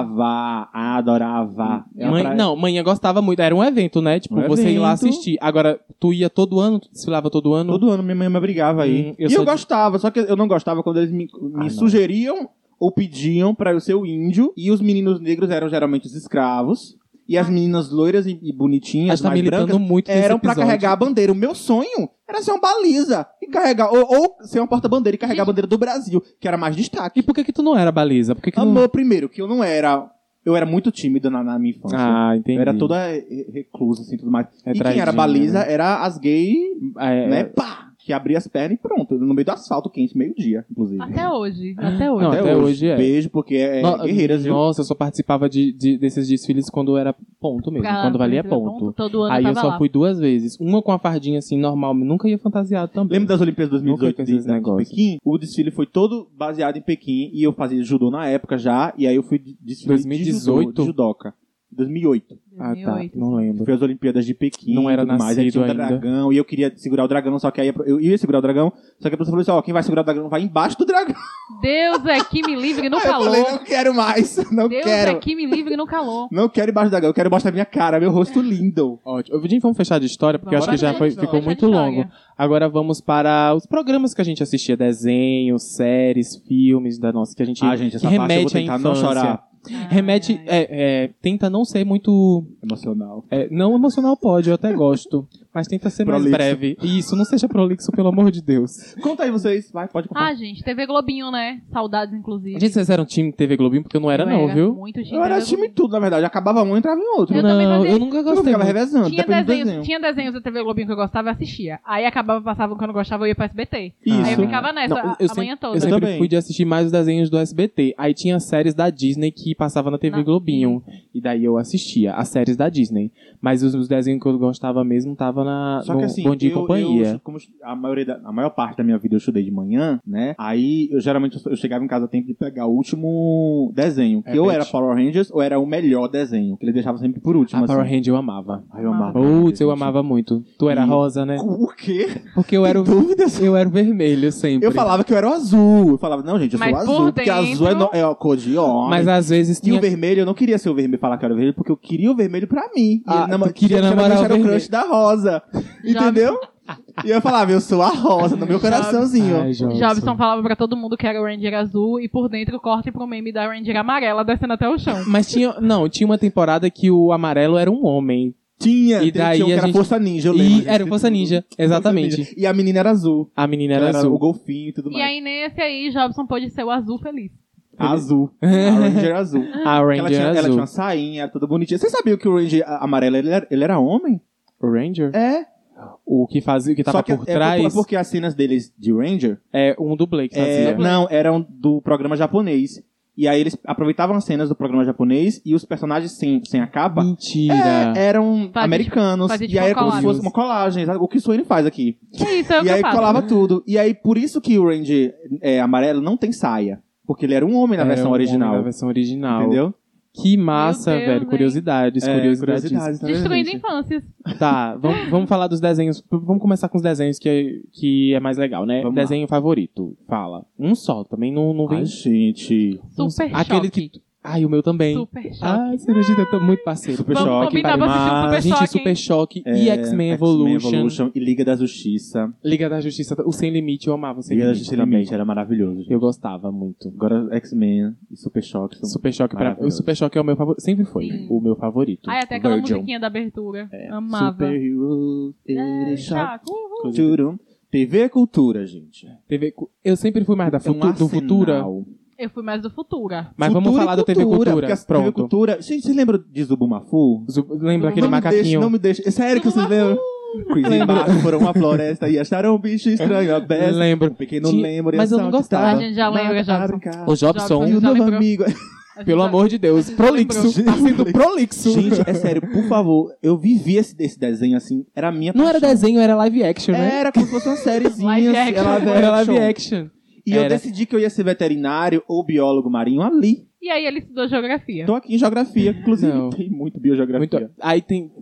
Speaker 2: adorava. Adorava. Era
Speaker 1: Mãe,
Speaker 2: pra-
Speaker 1: não, mãe gostava muito. Era um evento, né? Tipo,
Speaker 2: Um
Speaker 1: você ia lá
Speaker 2: evento.
Speaker 1: assistir. Agora, tu ia todo ano, tu desfilava todo ano.
Speaker 2: Todo ano minha mãe me obrigava aí.
Speaker 1: Hum, eu
Speaker 2: e eu
Speaker 1: sou de-
Speaker 2: gostava, só que eu não gostava quando eles me, me
Speaker 1: Ah, não.
Speaker 2: sugeriam ou pediam pra eu ser o índio. E os meninos negros eram geralmente os escravos. E as meninas loiras e, e
Speaker 1: A
Speaker 2: bonitinhas,
Speaker 1: gente tá
Speaker 2: mais
Speaker 1: militando
Speaker 2: brancas,
Speaker 1: muito nesse
Speaker 2: eram pra
Speaker 1: episódio.
Speaker 2: carregar a bandeira. O meu sonho era ser uma baliza e carregar, ou, ou ser uma porta-bandeira e carregar a bandeira do Brasil, que era mais destaque.
Speaker 1: E por que que tu não era baliza? Por que que não...
Speaker 2: Amor, primeiro, que eu não era. Eu era muito tímido na, na minha infância.
Speaker 1: Ah, entendi.
Speaker 2: eu era toda re- reclusa, assim, tudo mais. e quem
Speaker 1: Retraidinha,
Speaker 2: era baliza
Speaker 1: né?
Speaker 2: era as gays,
Speaker 1: É,
Speaker 2: né? Pá! Que abria as pernas e pronto. No meio do asfalto quente, meio-dia, inclusive.
Speaker 3: Até hoje, até hoje.
Speaker 1: Não, até hoje é.
Speaker 2: Beijo, porque é
Speaker 1: No-
Speaker 2: guerreiras, viu?
Speaker 1: Nossa, eu só participava de, de- desses desfiles quando era ponto mesmo.
Speaker 3: Pra
Speaker 1: quando valia
Speaker 3: receber
Speaker 1: ponto.
Speaker 3: Todo ano
Speaker 1: Aí eu
Speaker 3: tava
Speaker 1: só
Speaker 3: lá.
Speaker 1: fui duas vezes. Uma com a fardinha assim, normal, mas nunca ia fantasiado também.
Speaker 2: Lembra das Olimpíadas
Speaker 1: Nunca
Speaker 2: 2018
Speaker 1: fiz
Speaker 2: de,
Speaker 1: esses
Speaker 2: de
Speaker 1: negócios.
Speaker 2: Pequim? O desfile foi todo baseado em Pequim e eu fazia judô na época já, e aí eu fui de- desfile 2018? de
Speaker 1: 2018?
Speaker 2: judô, de judoca. 2008.
Speaker 1: Ah, tá.
Speaker 3: 2008.
Speaker 1: Não lembro.
Speaker 2: Foi as Olimpíadas de Pequim.
Speaker 1: Não era
Speaker 2: e tudo mais. Aí tinha um
Speaker 1: nascido ainda.
Speaker 2: dragão, e eu queria segurar o dragão, só que aí eu ia segurar o dragão, só que a professora falou assim, ó, quem vai segurar o dragão vai embaixo do dragão.
Speaker 3: Deus é que me livre no
Speaker 2: aí *laughs* eu falei,
Speaker 3: calor.
Speaker 2: não quero mais, *laughs* não
Speaker 3: Deus
Speaker 2: quero.
Speaker 3: é que me livre no calor.
Speaker 2: Não quero embaixo do dragão, eu quero mostrar minha cara, meu rosto lindo.
Speaker 1: Ótimo. Gente, vamos fechar de história, porque eu acho que
Speaker 2: Vamos
Speaker 1: já
Speaker 2: fechar
Speaker 1: foi-
Speaker 2: de
Speaker 1: ficou
Speaker 2: história.
Speaker 1: muito longo. Agora vamos para os programas que a gente assistia. Desenhos, séries, filmes da nossa, que a gente
Speaker 2: Ah, gente,
Speaker 1: essa parte eu vou tentar não chorar. *laughs* remete... é, é, tenta não ser muito...
Speaker 2: Emocional.
Speaker 1: é, não emocional pode, eu até gosto. *laughs* Mas tenta ser mais
Speaker 2: Prolixo.
Speaker 1: breve. E isso, não seja prolixo, pelo amor de Deus.
Speaker 2: É, Conta aí vocês, vai, pode contar.
Speaker 3: Ah, gente, TV Globinho, né? Saudades, inclusive.
Speaker 1: Gente, vocês eram time TV Globinho? Porque eu não era
Speaker 3: Eu
Speaker 1: não, viu?
Speaker 3: Muito time
Speaker 2: eu era
Speaker 3: TV
Speaker 2: time em tudo, na verdade. Acabava um, entrava em outro.
Speaker 3: Eu também
Speaker 1: não,
Speaker 3: fazia
Speaker 1: eu nunca
Speaker 2: Eu
Speaker 1: gostei.
Speaker 2: ficava
Speaker 1: muito.
Speaker 2: revezando,
Speaker 3: Tinha
Speaker 2: depende do
Speaker 3: desenhos,
Speaker 2: desenho.
Speaker 3: tinha desenhos da TV Globinho que eu gostava e assistia. Aí acabava, passava quando eu gostava, eu ia pro SBT. Aí Ah, eu
Speaker 1: Isso.
Speaker 3: ficava nessa
Speaker 1: Não,
Speaker 3: a,
Speaker 1: eu
Speaker 3: a manhã
Speaker 1: Eu
Speaker 3: toda.
Speaker 1: sempre
Speaker 2: também.
Speaker 1: fui de assistir mais os desenhos do SBT. Aí tinha as séries da Disney que passava na TV
Speaker 3: Na- Uhum.
Speaker 1: Globinho. E daí eu assistia as séries da Disney. Mas os, os desenhos que eu gostava mesmo tava na
Speaker 2: Só
Speaker 1: no
Speaker 2: que assim,
Speaker 1: Ah, Bom Dia e
Speaker 2: eu,
Speaker 1: Companhia.
Speaker 2: eu- como a, maioria da- a maior parte da minha vida eu estudei de manhã, né? Aí eu geralmente eu chegava em casa a tempo de pegar o último desenho. Que ou
Speaker 1: Repete.
Speaker 2: era Power Rangers ou era o melhor desenho. Que ele deixava sempre por último.
Speaker 1: a Ah, Power
Speaker 2: assim.
Speaker 1: Ranger eu amava.
Speaker 2: Ai, eu amava.
Speaker 1: Putz, eu
Speaker 2: gente.
Speaker 1: amava muito. Tu era
Speaker 2: E-
Speaker 1: rosa, né?
Speaker 2: O quê?
Speaker 1: Porque eu era o,
Speaker 2: Dúvidas?
Speaker 1: eu era o vermelho sempre.
Speaker 2: Eu falava que eu era o azul. Eu falava, não, gente, eu
Speaker 3: Mas
Speaker 2: sou o azul.
Speaker 3: por
Speaker 2: Porque azul é,
Speaker 3: dentro-
Speaker 2: no- é a cor de homem.
Speaker 1: Mas às vezes
Speaker 2: E o
Speaker 1: tinha
Speaker 2: vermelho, eu não queria ser o vermelho, falar que era o vermelho, porque eu queria o vermelho pra mim. E
Speaker 1: Ah,
Speaker 2: ele namo-
Speaker 1: tu queria
Speaker 2: geralmente
Speaker 1: namorar o
Speaker 2: era o
Speaker 1: vermelho.
Speaker 2: crush da rosa. Entendeu? e eu falava, eu sou a rosa, no meu coraçãozinho.
Speaker 1: Ai, Jobson.
Speaker 3: Jobson falava pra todo mundo que era o Ranger azul e por dentro corte pro meme da Ranger amarela descendo até
Speaker 1: *laughs*
Speaker 3: o chão.
Speaker 1: Mas tinha, não, tinha uma temporada que o amarelo era um homem.
Speaker 2: Tinha,
Speaker 1: E
Speaker 2: tinha
Speaker 1: daí
Speaker 2: um que
Speaker 1: a
Speaker 2: era
Speaker 1: gente-
Speaker 2: Força Ninja, eu lembro.
Speaker 1: E
Speaker 2: gente,
Speaker 1: era o
Speaker 2: de
Speaker 1: Força
Speaker 2: tudo.
Speaker 1: Ninja,
Speaker 2: Força
Speaker 1: exatamente.
Speaker 2: Ninja. E a menina era azul.
Speaker 1: A menina
Speaker 2: Ela era
Speaker 1: era
Speaker 2: o
Speaker 1: azul.
Speaker 2: golfinho e tudo
Speaker 3: E
Speaker 2: mais.
Speaker 3: aí nesse aí, Jobson pôde ser o azul feliz.
Speaker 1: *laughs*
Speaker 2: Azul. A Ranger azul.
Speaker 1: A Ranger
Speaker 2: ela, tinha,
Speaker 1: era
Speaker 2: ela
Speaker 1: azul.
Speaker 2: tinha uma sainha, era toda bonitinha. Você sabia que o Ranger a- amarelo, ele era, ele era homem?
Speaker 1: O Ranger?
Speaker 2: É.
Speaker 1: O que fazia, o que tava
Speaker 2: Só que
Speaker 1: por
Speaker 2: é-
Speaker 1: trás
Speaker 2: É porque as cenas deles de Ranger
Speaker 1: é um dublê que
Speaker 2: É,
Speaker 1: fazia.
Speaker 2: não, eram do programa japonês. E aí eles aproveitavam as cenas do programa japonês e os personagens sem, sem a capa
Speaker 1: Mentira.
Speaker 2: é, eram
Speaker 3: Fazia
Speaker 2: americanos.
Speaker 3: de- fazia de
Speaker 2: e aí era como se
Speaker 1: colagem.
Speaker 2: fosse uma colagem, sabe? o que o Suene faz aqui.
Speaker 3: É isso, é o
Speaker 2: e
Speaker 3: que
Speaker 2: aí
Speaker 3: eu faço.
Speaker 2: colava tudo. E aí por isso que o Randy é, amarelo não tem saia. Porque ele era um homem na
Speaker 1: Era
Speaker 2: versão
Speaker 1: um
Speaker 2: original.
Speaker 1: homem Na versão original.
Speaker 2: Entendeu?
Speaker 1: Que massa,
Speaker 3: Meu Deus,
Speaker 1: velho.
Speaker 3: hein?
Speaker 1: Curiosidades, curiosidades. né?
Speaker 2: curiosidades, tá vendo,
Speaker 3: Destruindo
Speaker 2: gente?
Speaker 3: infâncias.
Speaker 1: Tá, vamos, vamos falar dos desenhos. Vamos começar com os desenhos que é, que é mais legal, né?
Speaker 2: Vamos lá.
Speaker 1: Desenho favorito. Fala. Um só, também não, não vem.
Speaker 2: Ai, gente.
Speaker 1: um
Speaker 3: Super
Speaker 1: só. Aquele
Speaker 3: choque.
Speaker 1: que. Ah, Ai, o meu também.
Speaker 3: Super choque.
Speaker 1: Ai, cirurgia, eu tô muito parceiro.
Speaker 2: Super
Speaker 3: Vamos
Speaker 2: choque.
Speaker 3: combinar pra assistir um
Speaker 2: mas-
Speaker 3: Super
Speaker 1: tá Gente,
Speaker 3: Choque,
Speaker 1: Super
Speaker 3: hein?
Speaker 1: Choque e
Speaker 2: É,
Speaker 1: X-Men Evolution,
Speaker 2: Evolution e Liga da Justiça.
Speaker 1: Liga da Justiça, o Sem Limite, eu amava o Sem
Speaker 2: Liga da
Speaker 1: Limite
Speaker 2: Justiça
Speaker 1: também.
Speaker 2: Limite era maravilhoso. gente.
Speaker 1: Eu gostava muito.
Speaker 2: Agora X-Men e Super Choque são
Speaker 1: Super Choque pra...
Speaker 2: Maravilhoso.
Speaker 1: O Super Choque é o meu favorito. Sempre foi
Speaker 3: Sim.
Speaker 1: o meu favorito.
Speaker 3: Hum. Ai, até aquela
Speaker 2: Virgil.
Speaker 3: musiquinha da abertura.
Speaker 1: É,
Speaker 3: Amava.
Speaker 2: Superheroes,
Speaker 3: É,
Speaker 2: ele chapa-
Speaker 3: chaco, uhul.
Speaker 2: Turum. TV é Cultura, gente.
Speaker 1: TV... cu- Eu sempre fui mais da
Speaker 2: É um
Speaker 1: futu... do
Speaker 2: arsenal.
Speaker 1: Futura.
Speaker 3: Eu fui mais do Futura.
Speaker 1: Mas vamos
Speaker 2: Futura e
Speaker 1: falar da TV Cultura.
Speaker 2: porque a TV
Speaker 1: Pronto.
Speaker 2: Cultura... Gente, vocês lembram de Zubumafu?
Speaker 1: Zu- Lembra
Speaker 3: Não
Speaker 1: aquele
Speaker 2: não Me deixe,
Speaker 1: macaquinho?
Speaker 2: não me deixe. É sério que vocês lembram? Chris e Marco foram uma floresta e acharam um bicho estranho. A besta,
Speaker 1: Lembro.
Speaker 2: um pequeno
Speaker 1: Tinha-
Speaker 2: lembro. e
Speaker 1: mas eu
Speaker 2: ação
Speaker 1: não
Speaker 2: que
Speaker 1: gostava.
Speaker 2: estava
Speaker 3: A gente já lembra,
Speaker 2: nada
Speaker 3: já.
Speaker 2: a brincar.
Speaker 1: O Jobson,
Speaker 2: E o
Speaker 3: Jobson.
Speaker 2: novo
Speaker 3: Já lembrou.
Speaker 2: amigo. é
Speaker 3: A gente
Speaker 1: pelo
Speaker 3: já-
Speaker 1: amor de Deus,
Speaker 3: já
Speaker 1: prolixo. Tá sendo prolixo.
Speaker 2: Gente, é sério, por favor, eu vivi esse, esse desenho assim, era a minha
Speaker 1: Não era
Speaker 2: paixão.
Speaker 1: desenho, era live action, né?
Speaker 2: Era como se fosse uma sériezinha.
Speaker 3: Live
Speaker 2: assim,
Speaker 3: action.
Speaker 2: Era live
Speaker 1: Era
Speaker 2: action.
Speaker 1: live action.
Speaker 2: E eu
Speaker 1: Era.
Speaker 2: decidi que eu ia ser veterinário ou biólogo marinho ali.
Speaker 3: E aí ele estudou geografia.
Speaker 2: Tô aqui em geografia, inclusive
Speaker 1: Não.
Speaker 2: tem muito biogeografia.
Speaker 1: Muito- Aí tem.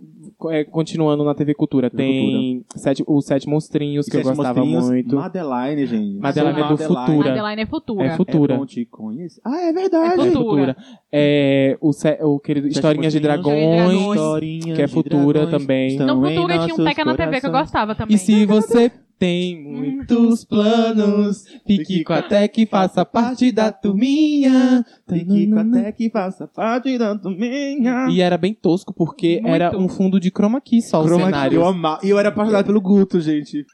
Speaker 1: é, continuando na TV Cultura,
Speaker 2: TV
Speaker 1: tem sete, os Sete Monstrinhos, que eu
Speaker 2: Sete
Speaker 1: gostava
Speaker 2: Monstrinhos,
Speaker 1: muito.
Speaker 2: Madeline, gente.
Speaker 1: Madeline
Speaker 2: Sou
Speaker 1: é do Futura.
Speaker 3: Madeline é Futura.
Speaker 1: É Futura.
Speaker 2: É bom te conhecer. Ah, é verdade.
Speaker 1: É
Speaker 3: Cultura.
Speaker 1: Cultura. É, o, se- o querido,
Speaker 2: Sete
Speaker 1: Historinhas de
Speaker 2: Monstrinhos.
Speaker 1: Dragões.
Speaker 2: Historinhas
Speaker 1: que é
Speaker 2: de
Speaker 1: Futura
Speaker 2: dragões
Speaker 1: também.
Speaker 2: estão
Speaker 3: No
Speaker 2: em
Speaker 3: Futura tinha um
Speaker 2: nossos
Speaker 3: Teca na TV que eu
Speaker 2: corações.
Speaker 3: gostava também.
Speaker 1: E se você tem muitos planos, fique com a Tec, faça parte da turminha.
Speaker 2: Fique com até que faça parte da minha.
Speaker 1: E era bem tosco, porque
Speaker 3: Muito.
Speaker 1: era um fundo de chroma key só, o
Speaker 2: Chroma-
Speaker 1: cenário.
Speaker 2: é Eu amava. E eu era apaixonado pelo Guto, gente.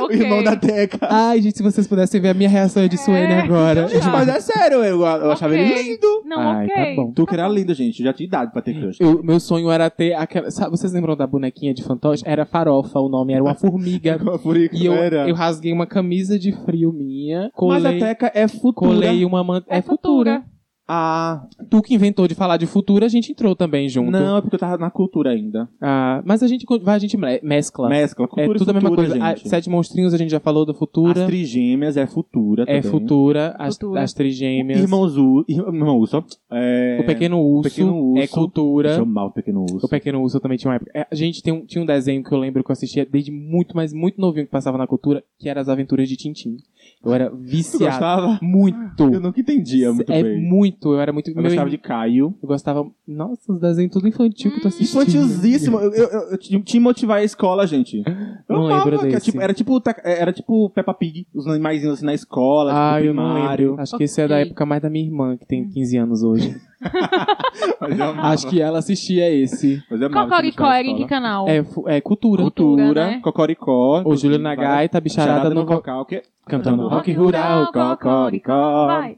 Speaker 2: O
Speaker 3: Ok.
Speaker 2: irmão da Teca.
Speaker 1: Ai, gente, se vocês pudessem ver a minha reação de Suene
Speaker 3: É.
Speaker 1: agora.
Speaker 2: *laughs* Gente, mas é sério, eu, eu achava
Speaker 3: Ok.
Speaker 2: ele lindo.
Speaker 3: Não,
Speaker 1: Ai,
Speaker 3: ok.
Speaker 1: tá bom.
Speaker 2: Tu que era lindo, gente. Eu já tinha idade pra ter crush.
Speaker 1: Eu- meu sonho era ter aquela. Sabe, vocês lembram da bonequinha de fantoche? Era farofa, o nome era
Speaker 2: *laughs*
Speaker 1: uma formiga. *laughs*
Speaker 2: Com a furica,
Speaker 1: E eu,
Speaker 2: né, era.
Speaker 1: eu rasguei uma camisa de frio minha, colei,
Speaker 2: Mas a Teca é futura.
Speaker 1: colei uma manta. É,
Speaker 3: É
Speaker 1: futura.
Speaker 3: Futura.
Speaker 2: Ah,
Speaker 1: Tu que inventou de falar de futura, a gente entrou também junto.
Speaker 2: não, é porque eu tava na cultura ainda.
Speaker 1: Ah, mas a gente con- vai, a gente me- mescla.
Speaker 2: Mescla,
Speaker 1: é
Speaker 2: cultura
Speaker 1: tudo
Speaker 2: e
Speaker 1: a
Speaker 2: futura,
Speaker 1: mesma coisa. é A-
Speaker 2: gente.
Speaker 1: Sete monstrinhos a gente já falou da futura.
Speaker 2: As trigêmeas é futura
Speaker 1: é
Speaker 2: também.
Speaker 1: futura, as,
Speaker 3: Futura.
Speaker 1: as trigêmeas.
Speaker 2: Irmãos U... Irmão Urso, ó. É...
Speaker 1: o pequeno urso,
Speaker 2: Pequeno Urso.
Speaker 1: é cultura.
Speaker 2: Deixa eu amar o pequeno urso.
Speaker 1: O Pequeno Urso eu também tinha uma época. É, A gente tem um- tinha um desenho que eu lembro que eu assistia desde muito, mas muito novinho que passava na cultura, que era As Aventuras de Tintim. Eu era
Speaker 2: Tu
Speaker 1: viciado.
Speaker 2: gostava?
Speaker 1: Muito.
Speaker 2: Eu nunca entendia muito
Speaker 1: é
Speaker 2: bem.
Speaker 1: muito, eu era muito.
Speaker 2: Eu gostava
Speaker 1: irmão-
Speaker 2: de Caio.
Speaker 1: eu gostava. Nossa, os desenhos tudo infantil que eu tô assistindo.
Speaker 2: Infantilzíssimo. Eu, eu, eu, eu tinha que motivar a escola, gente. Eu
Speaker 1: Não
Speaker 2: amava,
Speaker 1: lembro
Speaker 2: que era
Speaker 1: desse.
Speaker 2: tipo- era tipo Teca- era tipo Peppa Pig, os animaizinhos assim na escola,
Speaker 1: Ah,
Speaker 2: tipo
Speaker 1: eu não
Speaker 2: primário.
Speaker 1: lembro. Acho que esse é da
Speaker 3: Ok.
Speaker 1: época mais da minha irmã, que tem 15 anos hoje.
Speaker 2: *laughs* Mas eu amava.
Speaker 1: Acho que ela assistia esse.
Speaker 2: Mas eu amava
Speaker 3: Cocoricó
Speaker 2: essa
Speaker 3: era em que é
Speaker 2: escola.
Speaker 3: canal?
Speaker 1: É, fu- é cultura.
Speaker 3: Cultura.
Speaker 2: Cultura,
Speaker 3: né?
Speaker 2: Cocoricó.
Speaker 1: O Júlio na
Speaker 2: Gaia
Speaker 1: gaita, bicharada no vo-
Speaker 2: vocal, que
Speaker 1: cantando rock rural.
Speaker 3: rural,
Speaker 2: Cocoricó.
Speaker 3: Vai.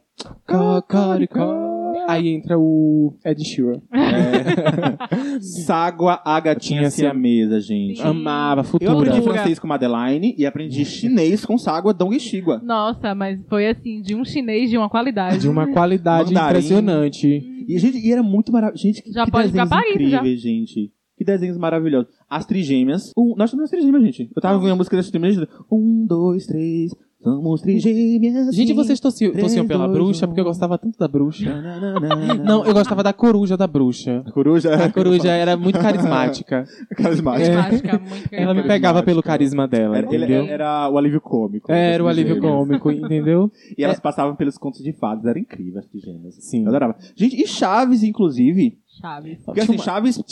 Speaker 1: Cocoricó. Aí entra o Ed Sheeran.
Speaker 3: *laughs*
Speaker 2: É. Ságua, a gatinha
Speaker 1: Tinha assim,
Speaker 2: siamesa, gente.
Speaker 3: Sim.
Speaker 1: Amava
Speaker 2: Eu
Speaker 1: futura.
Speaker 2: aprendi
Speaker 3: Cultura.
Speaker 2: francês com Madeline e aprendi chinês com Ságua Dong e Shigua.
Speaker 3: Nossa, mas foi assim, de um chinês de uma qualidade.
Speaker 1: De uma qualidade
Speaker 2: Mandarim.
Speaker 1: impressionante.
Speaker 2: E, gente, e era muito maravilhoso. Gente, que,
Speaker 3: Já
Speaker 2: que
Speaker 3: pode ir pra
Speaker 2: desenhos
Speaker 3: Paris,
Speaker 2: incríveis, gente. Que desenhos maravilhosos. As trigêmeas. Um, nós somos as trigêmeas, gente. Eu tava ouvindo a música das trigêmeas. Um, dois, três. Somos trigêmeas.
Speaker 1: Gente, vocês torci-
Speaker 2: Três,
Speaker 1: torciam pela
Speaker 2: dois,
Speaker 1: bruxa,
Speaker 2: um.
Speaker 1: porque eu gostava tanto da bruxa.
Speaker 2: Não,
Speaker 1: Não, eu gostava da coruja da bruxa.
Speaker 2: A coruja. *laughs*
Speaker 1: A coruja era muito carismática.
Speaker 2: Carismática.
Speaker 3: Carismática, é muito
Speaker 1: É. *laughs* Ela me
Speaker 3: carismática.
Speaker 1: pegava pelo carisma dela,
Speaker 2: Era, ele-
Speaker 1: entendeu?
Speaker 2: era o alívio cômico.
Speaker 1: Era o
Speaker 2: das
Speaker 1: alívio
Speaker 2: trigêmeas.
Speaker 1: cômico, entendeu?
Speaker 2: E elas passavam pelos contos de fadas. Era incrível as trigêmeas.
Speaker 1: Sim.
Speaker 2: Eu adorava. Gente, e Chaves, inclusive.
Speaker 3: Chaves.
Speaker 2: Porque assim, Chaves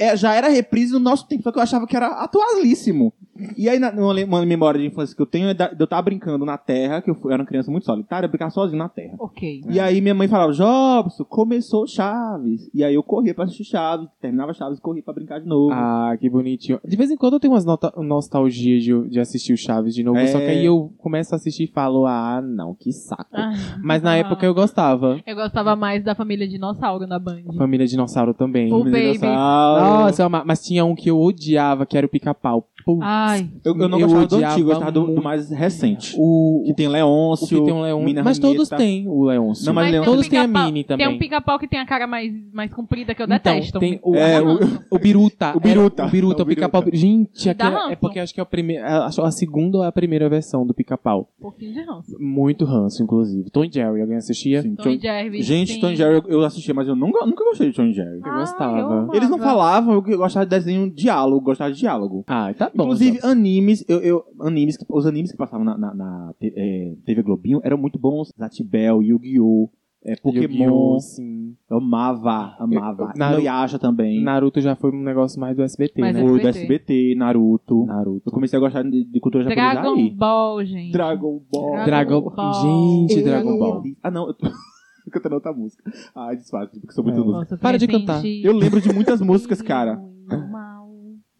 Speaker 2: é, já era reprise no nosso tempo, só que eu achava que era atualíssimo. E aí, na, numa le- uma memória de infância que eu tenho, é da- de eu tava brincando na terra, que eu, fui- eu era uma criança muito solitária, eu brincava sozinho na terra.
Speaker 3: Ok.
Speaker 1: É.
Speaker 2: E aí minha mãe falava, Jobson, começou Chaves. E aí eu corria pra assistir Chaves, terminava Chaves, corria pra brincar de novo.
Speaker 1: Ah, que bonitinho. De vez em quando eu tenho umas nota- nostalgias de, de assistir o Chaves de novo,
Speaker 2: É.
Speaker 1: só que aí eu começo a assistir e falo, ah, não, que saco.
Speaker 3: Ah.
Speaker 1: Mas na época eu gostava.
Speaker 3: Eu gostava mais da família dinossauro na Band.
Speaker 1: Família Dinossauro também.
Speaker 3: O
Speaker 2: Menino
Speaker 3: Baby.
Speaker 2: Dinossauro.
Speaker 1: Nossa, eu ama- mas tinha um que eu odiava, que era o pica-pau. Putz.
Speaker 3: Ai,
Speaker 2: eu, eu não
Speaker 1: eu
Speaker 2: gostava do
Speaker 1: odiava
Speaker 2: antigo, eu gostava do, do
Speaker 1: muito.
Speaker 2: mais recente.
Speaker 1: O,
Speaker 2: que
Speaker 1: o,
Speaker 2: tem
Speaker 1: o
Speaker 2: Leôncio,
Speaker 1: que tem um leão.
Speaker 2: Mina
Speaker 1: Mas
Speaker 2: Ramita.
Speaker 1: todos têm o Leôncio.
Speaker 2: Não, mas
Speaker 3: tem
Speaker 2: Leão-
Speaker 3: um
Speaker 1: Todos têm a
Speaker 3: pica-pau-
Speaker 1: Mini
Speaker 3: Tem
Speaker 1: também.
Speaker 3: um pica-pau que tem a cara mais, mais comprida que eu
Speaker 1: Então,
Speaker 3: detesto. um
Speaker 1: tem o,
Speaker 2: É,
Speaker 1: o,
Speaker 2: o-
Speaker 1: o Biruta.
Speaker 2: O Biruta.
Speaker 1: É, o Biruta,
Speaker 2: É,
Speaker 1: o
Speaker 2: o
Speaker 1: pica-pau.
Speaker 2: Biruta.
Speaker 1: Gente,
Speaker 3: Dá
Speaker 1: aquela, é
Speaker 3: ranço.
Speaker 1: porque acho que é a primeira. Acho a segunda ou a primeira versão do pica-pau.
Speaker 3: Um pouquinho de ranço.
Speaker 1: Muito ranço, inclusive. Tom e Jerry, alguém assistia?
Speaker 2: Sim,
Speaker 3: Tom e
Speaker 2: Tom-
Speaker 3: Jerry.
Speaker 2: Gente,
Speaker 3: sim.
Speaker 2: Tom e Jerry é eu eu assistia, mas eu nunca, nunca gostei de Tom e Jerry.
Speaker 1: Eu
Speaker 3: Ah,
Speaker 1: gostava.
Speaker 3: eu amava.
Speaker 2: Eles não né, falavam, eu gostava de desenho diálogo, gostava de diálogo.
Speaker 1: Ah, tá bom.
Speaker 2: Inclusive,
Speaker 1: Inclusive,
Speaker 2: animes, eu, eu- animes, que- os animes que passavam na, na- na T- eh, TV Globinho eram muito bons. Zatibel, Yu-Gi-Oh! eh, Pokémon,
Speaker 1: sim.
Speaker 2: eu amava, amava.
Speaker 1: Eu- Naru-
Speaker 2: Inuyasha também,
Speaker 1: Naruto já foi um negócio mais do SBT,
Speaker 3: Mas é
Speaker 1: né?
Speaker 2: o do
Speaker 3: SBT,
Speaker 2: SBT, Naruto. Eu
Speaker 1: Naruto.
Speaker 2: comecei a gostar de, de cultura japonesa
Speaker 3: Dragon
Speaker 2: aí.
Speaker 3: Ball, gente.
Speaker 2: Dragon Ball.
Speaker 1: Dragon
Speaker 3: Dragon Ball.
Speaker 1: Gente, Dragon Ball.
Speaker 2: Ah, não, eu tô *laughs* cantando outra música. Ah, disfarce, porque sou muito
Speaker 1: É.
Speaker 2: música.
Speaker 3: Nossa, eu
Speaker 1: Para de
Speaker 3: senti-
Speaker 1: cantar.
Speaker 2: Eu lembro de muitas músicas, cara.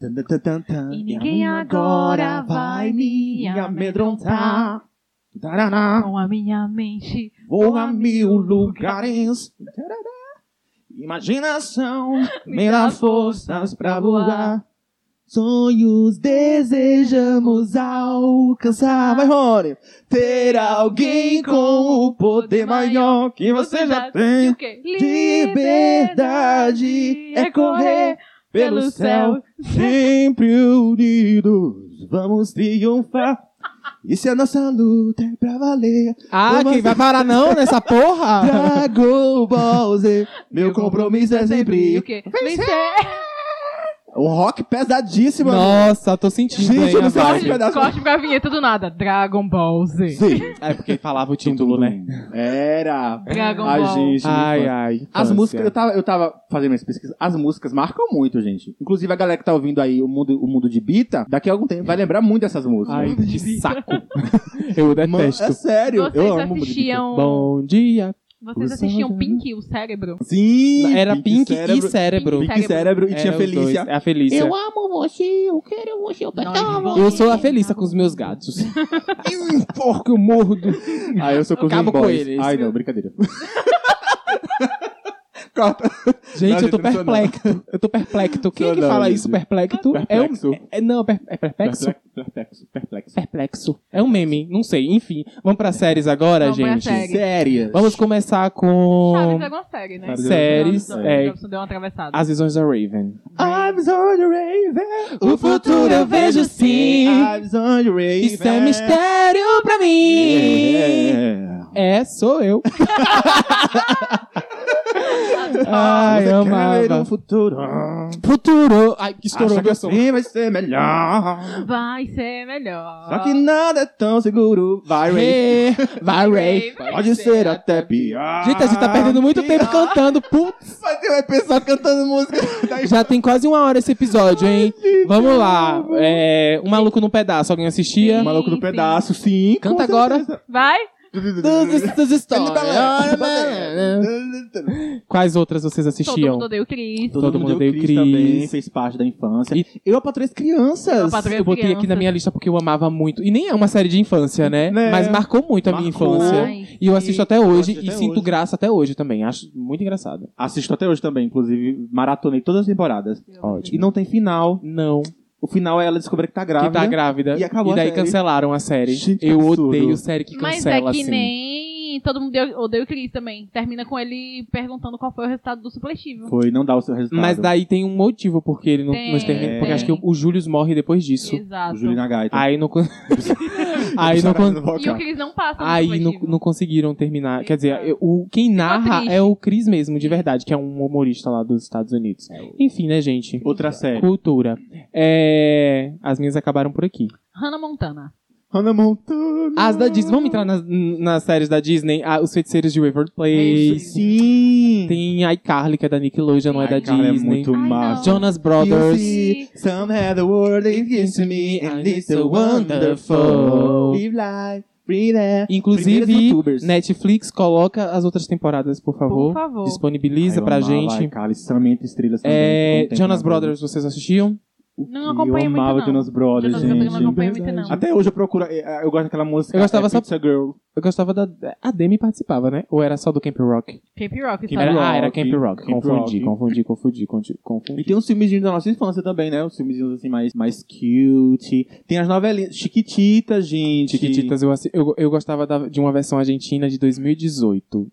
Speaker 2: Tan, tan, tan, tan, tan. um
Speaker 3: E ninguém agora vai me amedrontar.
Speaker 2: Taraná.
Speaker 3: Com a minha mente
Speaker 2: Vou a mil lugares. Tarará. *laughs* Imaginação, me dá forças pra voar. Sonhos desejamos alcançar. Vai, Rony! Ter alguém com o poder maior que você já
Speaker 3: E
Speaker 2: tem.
Speaker 3: o quê?
Speaker 2: Liberdade é correr pelo céu, sempre unidos. Vamos triunfar. E se a nossa luta é pra valer,
Speaker 1: Ah,
Speaker 2: Como
Speaker 1: quem vai parar não nessa *laughs* porra?
Speaker 2: Dragon Ball Z, meu compromisso é
Speaker 3: E
Speaker 2: sempre.
Speaker 3: o quê? Vencer!
Speaker 2: Um rock pesadíssimo.
Speaker 1: Nossa, tô sentindo.
Speaker 2: Gente,
Speaker 1: hein,
Speaker 2: eu não
Speaker 1: a
Speaker 2: sei
Speaker 1: vibe.
Speaker 2: onde vai dar essa-
Speaker 3: Corte pra vinheta do nada. Dragon Ball Z.
Speaker 2: Sim.
Speaker 4: É porque falava o título, né?
Speaker 2: Era.
Speaker 3: Dragon
Speaker 2: Ai,
Speaker 3: Ball.
Speaker 2: gente.
Speaker 4: Ai,
Speaker 2: infância.
Speaker 4: ai.
Speaker 2: As
Speaker 4: infância.
Speaker 2: músicas, eu tava, eu tava fazendo minhas pesquisas, as músicas marcam muito, gente. Inclusive, a galera que tá ouvindo aí o mundo, o mundo de Bita, daqui a algum tempo vai lembrar muito dessas músicas.
Speaker 4: Ai, que saco. Eu
Speaker 2: Mano, é
Speaker 4: detesto.
Speaker 2: sério,
Speaker 3: Vocês
Speaker 2: eu amo o mundo de Bita.
Speaker 3: assistiam.
Speaker 4: Bom dia.
Speaker 3: Vocês assistiam Pink, o cérebro?
Speaker 2: Sim,
Speaker 1: Era Pink, e Cérebro.
Speaker 2: Pink e Cérebro e tinha
Speaker 4: Era os
Speaker 2: Felícia.
Speaker 4: dois. É a Felícia. Eu,
Speaker 2: amo você, eu quero você, eu
Speaker 4: sou a Felícia com os meus gatos.
Speaker 2: *laughs* um
Speaker 1: Porco, eu mordo.
Speaker 2: Ah, eu sou com os
Speaker 1: Acabo com
Speaker 2: boys.
Speaker 1: eles.
Speaker 2: Ai, não,
Speaker 1: *laughs*
Speaker 2: brincadeira. Corta.
Speaker 1: Gente,
Speaker 2: Não, gente, não
Speaker 1: eu tô
Speaker 2: sou não.
Speaker 1: perplexo. Eu tô perplexo. Quem
Speaker 2: Sou
Speaker 1: é que
Speaker 2: não,
Speaker 1: fala
Speaker 2: gente.
Speaker 1: isso, perplexo? É um...
Speaker 2: Perplexo.
Speaker 1: É, não, per- é perplexo?
Speaker 2: Perplexo, perplexo.
Speaker 1: Perplexo. É um meme, não sei. Enfim, vamos pra séries agora,
Speaker 3: Vamos pra
Speaker 1: gente?
Speaker 3: série.
Speaker 2: Sérias.
Speaker 1: Vamos começar
Speaker 3: Chaves
Speaker 1: com...
Speaker 3: é uma série, né?
Speaker 2: Chaves é uma
Speaker 1: Séries,
Speaker 3: Jobson-
Speaker 1: é.
Speaker 3: Jobson deu uma atravessada.
Speaker 4: As visões da Raven.
Speaker 2: I'm sorry, Raven.
Speaker 1: O futuro eu vejo sim.
Speaker 2: I'm sorry, Raven.
Speaker 1: Isso é mistério pra mim!
Speaker 2: Yeah.
Speaker 1: É,
Speaker 2: *laughs*
Speaker 1: sou eu.
Speaker 2: Você
Speaker 1: Ai,
Speaker 2: quer ver
Speaker 1: Ah, amava.
Speaker 2: um futuro.
Speaker 1: Futuro! Ai, que estourou
Speaker 2: Acha que
Speaker 1: meu som.
Speaker 2: assim vai ser melhor.
Speaker 3: Vai ser melhor.
Speaker 1: Ah.
Speaker 2: Só que nada é tão seguro. Vai, Raven.
Speaker 1: Hey, Vai, é Ray.
Speaker 3: Ray.
Speaker 2: Pode ser até pior.
Speaker 1: Gente, a gente tá perdendo muito tempo cantando.
Speaker 2: *laughs*
Speaker 1: Putz,
Speaker 2: Fazer um episódio cantando música. da
Speaker 1: *laughs* já tem quase uma hora esse episódio, hein? Vamos lá. É, um maluco num pedaço, alguém assistia?
Speaker 2: O Maluco do
Speaker 3: Sim,
Speaker 2: Pedaço, sim.
Speaker 1: Canta
Speaker 2: com
Speaker 1: agora.
Speaker 2: certeza.
Speaker 3: Vai?
Speaker 1: Dos- dos stories.
Speaker 2: tá
Speaker 1: Quais outras vocês
Speaker 3: Todo
Speaker 1: assistiam?
Speaker 3: mundo odeia o Chris.
Speaker 2: Todo, mundo odeia o Cris também, fez parte da infância.
Speaker 1: E-
Speaker 2: Eu apatrei as crianças.
Speaker 3: Eu apatrei-
Speaker 1: Eu botei aqui na minha lista porque eu amava muito. E nem é uma série de infância, né?
Speaker 2: Né.
Speaker 1: Mas marcou muito a minha
Speaker 2: Marcou.
Speaker 1: infância.
Speaker 3: Ai,
Speaker 1: E eu
Speaker 2: E
Speaker 1: assisto até hoje
Speaker 2: assisto
Speaker 1: e
Speaker 2: até
Speaker 1: sinto
Speaker 2: hoje.
Speaker 1: graça até hoje também. Acho muito engraçado.
Speaker 2: Assisto até hoje também, inclusive, maratonei todas as temporadas.
Speaker 3: meu
Speaker 4: Ótimo.
Speaker 2: E não tem final.
Speaker 1: Não.
Speaker 2: O final é ela descobrir que tá grávida.
Speaker 1: que tá grávida.
Speaker 2: E acabou a
Speaker 1: daí
Speaker 2: série.
Speaker 1: cancelaram a série.
Speaker 2: Gente, que
Speaker 1: eu
Speaker 2: absurdo.
Speaker 1: odeio série que
Speaker 3: Mas
Speaker 1: cancela
Speaker 3: é que
Speaker 1: assim.
Speaker 3: nem todo mundo odeia- odeia o Chris também. Termina com ele perguntando qual foi o resultado do supletivo.
Speaker 2: Foi, não dá o seu resultado.
Speaker 1: Mas daí tem um motivo porque ele não,
Speaker 3: Tem,
Speaker 1: não termina. Porque
Speaker 3: tem.
Speaker 1: acho que o Július morre depois disso.
Speaker 2: O
Speaker 3: Exato.
Speaker 2: Júlio na gaita.
Speaker 1: Aí
Speaker 2: *laughs*
Speaker 1: não. con- aí não. con-
Speaker 3: E o Chris não passa no
Speaker 1: Aí não,
Speaker 3: supletivo.
Speaker 1: não conseguiram terminar. Quer dizer,
Speaker 3: Exato.
Speaker 1: eu- o, quem narra
Speaker 3: triste.
Speaker 1: é o Chris mesmo, de verdade, que é um humorista lá dos Estados Unidos.
Speaker 2: É
Speaker 1: Enfim, né, gente?
Speaker 2: Outra série.
Speaker 1: Cultura. É, As minhas acabaram por aqui.
Speaker 3: Hannah Montana.
Speaker 2: Hannah Montana.
Speaker 1: As da Disney. Vamos entrar nas, nas séries da Disney. Ah, Os Feiticeiros de Waverly Place.
Speaker 2: Sim.
Speaker 1: Tem a iCarly, que é da Nickelodeon, não é da
Speaker 2: Ai, cara,
Speaker 1: Disney.
Speaker 2: É muito
Speaker 3: Ai, não.
Speaker 2: massa.
Speaker 1: Jonas
Speaker 2: You
Speaker 1: Brothers.
Speaker 2: see, somehow the world is gives to me, and it's so wonderful. Live life, breathe air. Primeiras
Speaker 1: Inclusive, né,
Speaker 2: youtubers.
Speaker 1: Netflix coloca as outras temporadas, por favor.
Speaker 3: Por favor.
Speaker 1: Disponibiliza
Speaker 2: Ai, eu
Speaker 1: pra
Speaker 2: amava,
Speaker 1: gente.
Speaker 2: ai, Cara, Estranhamento Estrelas também.
Speaker 1: É,
Speaker 2: com o tempo
Speaker 1: Jonas
Speaker 2: na boca.
Speaker 1: Brothers, vocês assistiam?
Speaker 2: O
Speaker 3: Não
Speaker 2: que
Speaker 3: acompanhei
Speaker 2: eu
Speaker 3: muito,
Speaker 2: amava
Speaker 3: não.
Speaker 2: Jonas Brothers,
Speaker 3: Jonas
Speaker 2: gente.
Speaker 3: Brothers eu não acompanho muito, não.
Speaker 2: Até hoje eu procuro, eh, eu gosto daquela música.
Speaker 1: Eu gostava
Speaker 2: é,
Speaker 1: só-
Speaker 2: Pizza Girl.
Speaker 1: Eu gostava da. A Demi participava, né? Ou era só do Camp Rock?
Speaker 3: Cape Rock.
Speaker 2: Cape
Speaker 3: sabe?
Speaker 1: Era-
Speaker 2: Rock.
Speaker 1: ah, era Camp Rock.
Speaker 2: Camp
Speaker 1: confundi,
Speaker 2: Rock.
Speaker 1: confundi, confundi, confundi, confundi.
Speaker 2: E tem uns filmezinhos da nossa infância também, né? Os filmezinhos assim mais, mais cute. Tem as novelinhas. Chiquititas, gente.
Speaker 1: Chiquititas, é eu, assi- eu, eu gostava da- de uma versão argentina de 2018.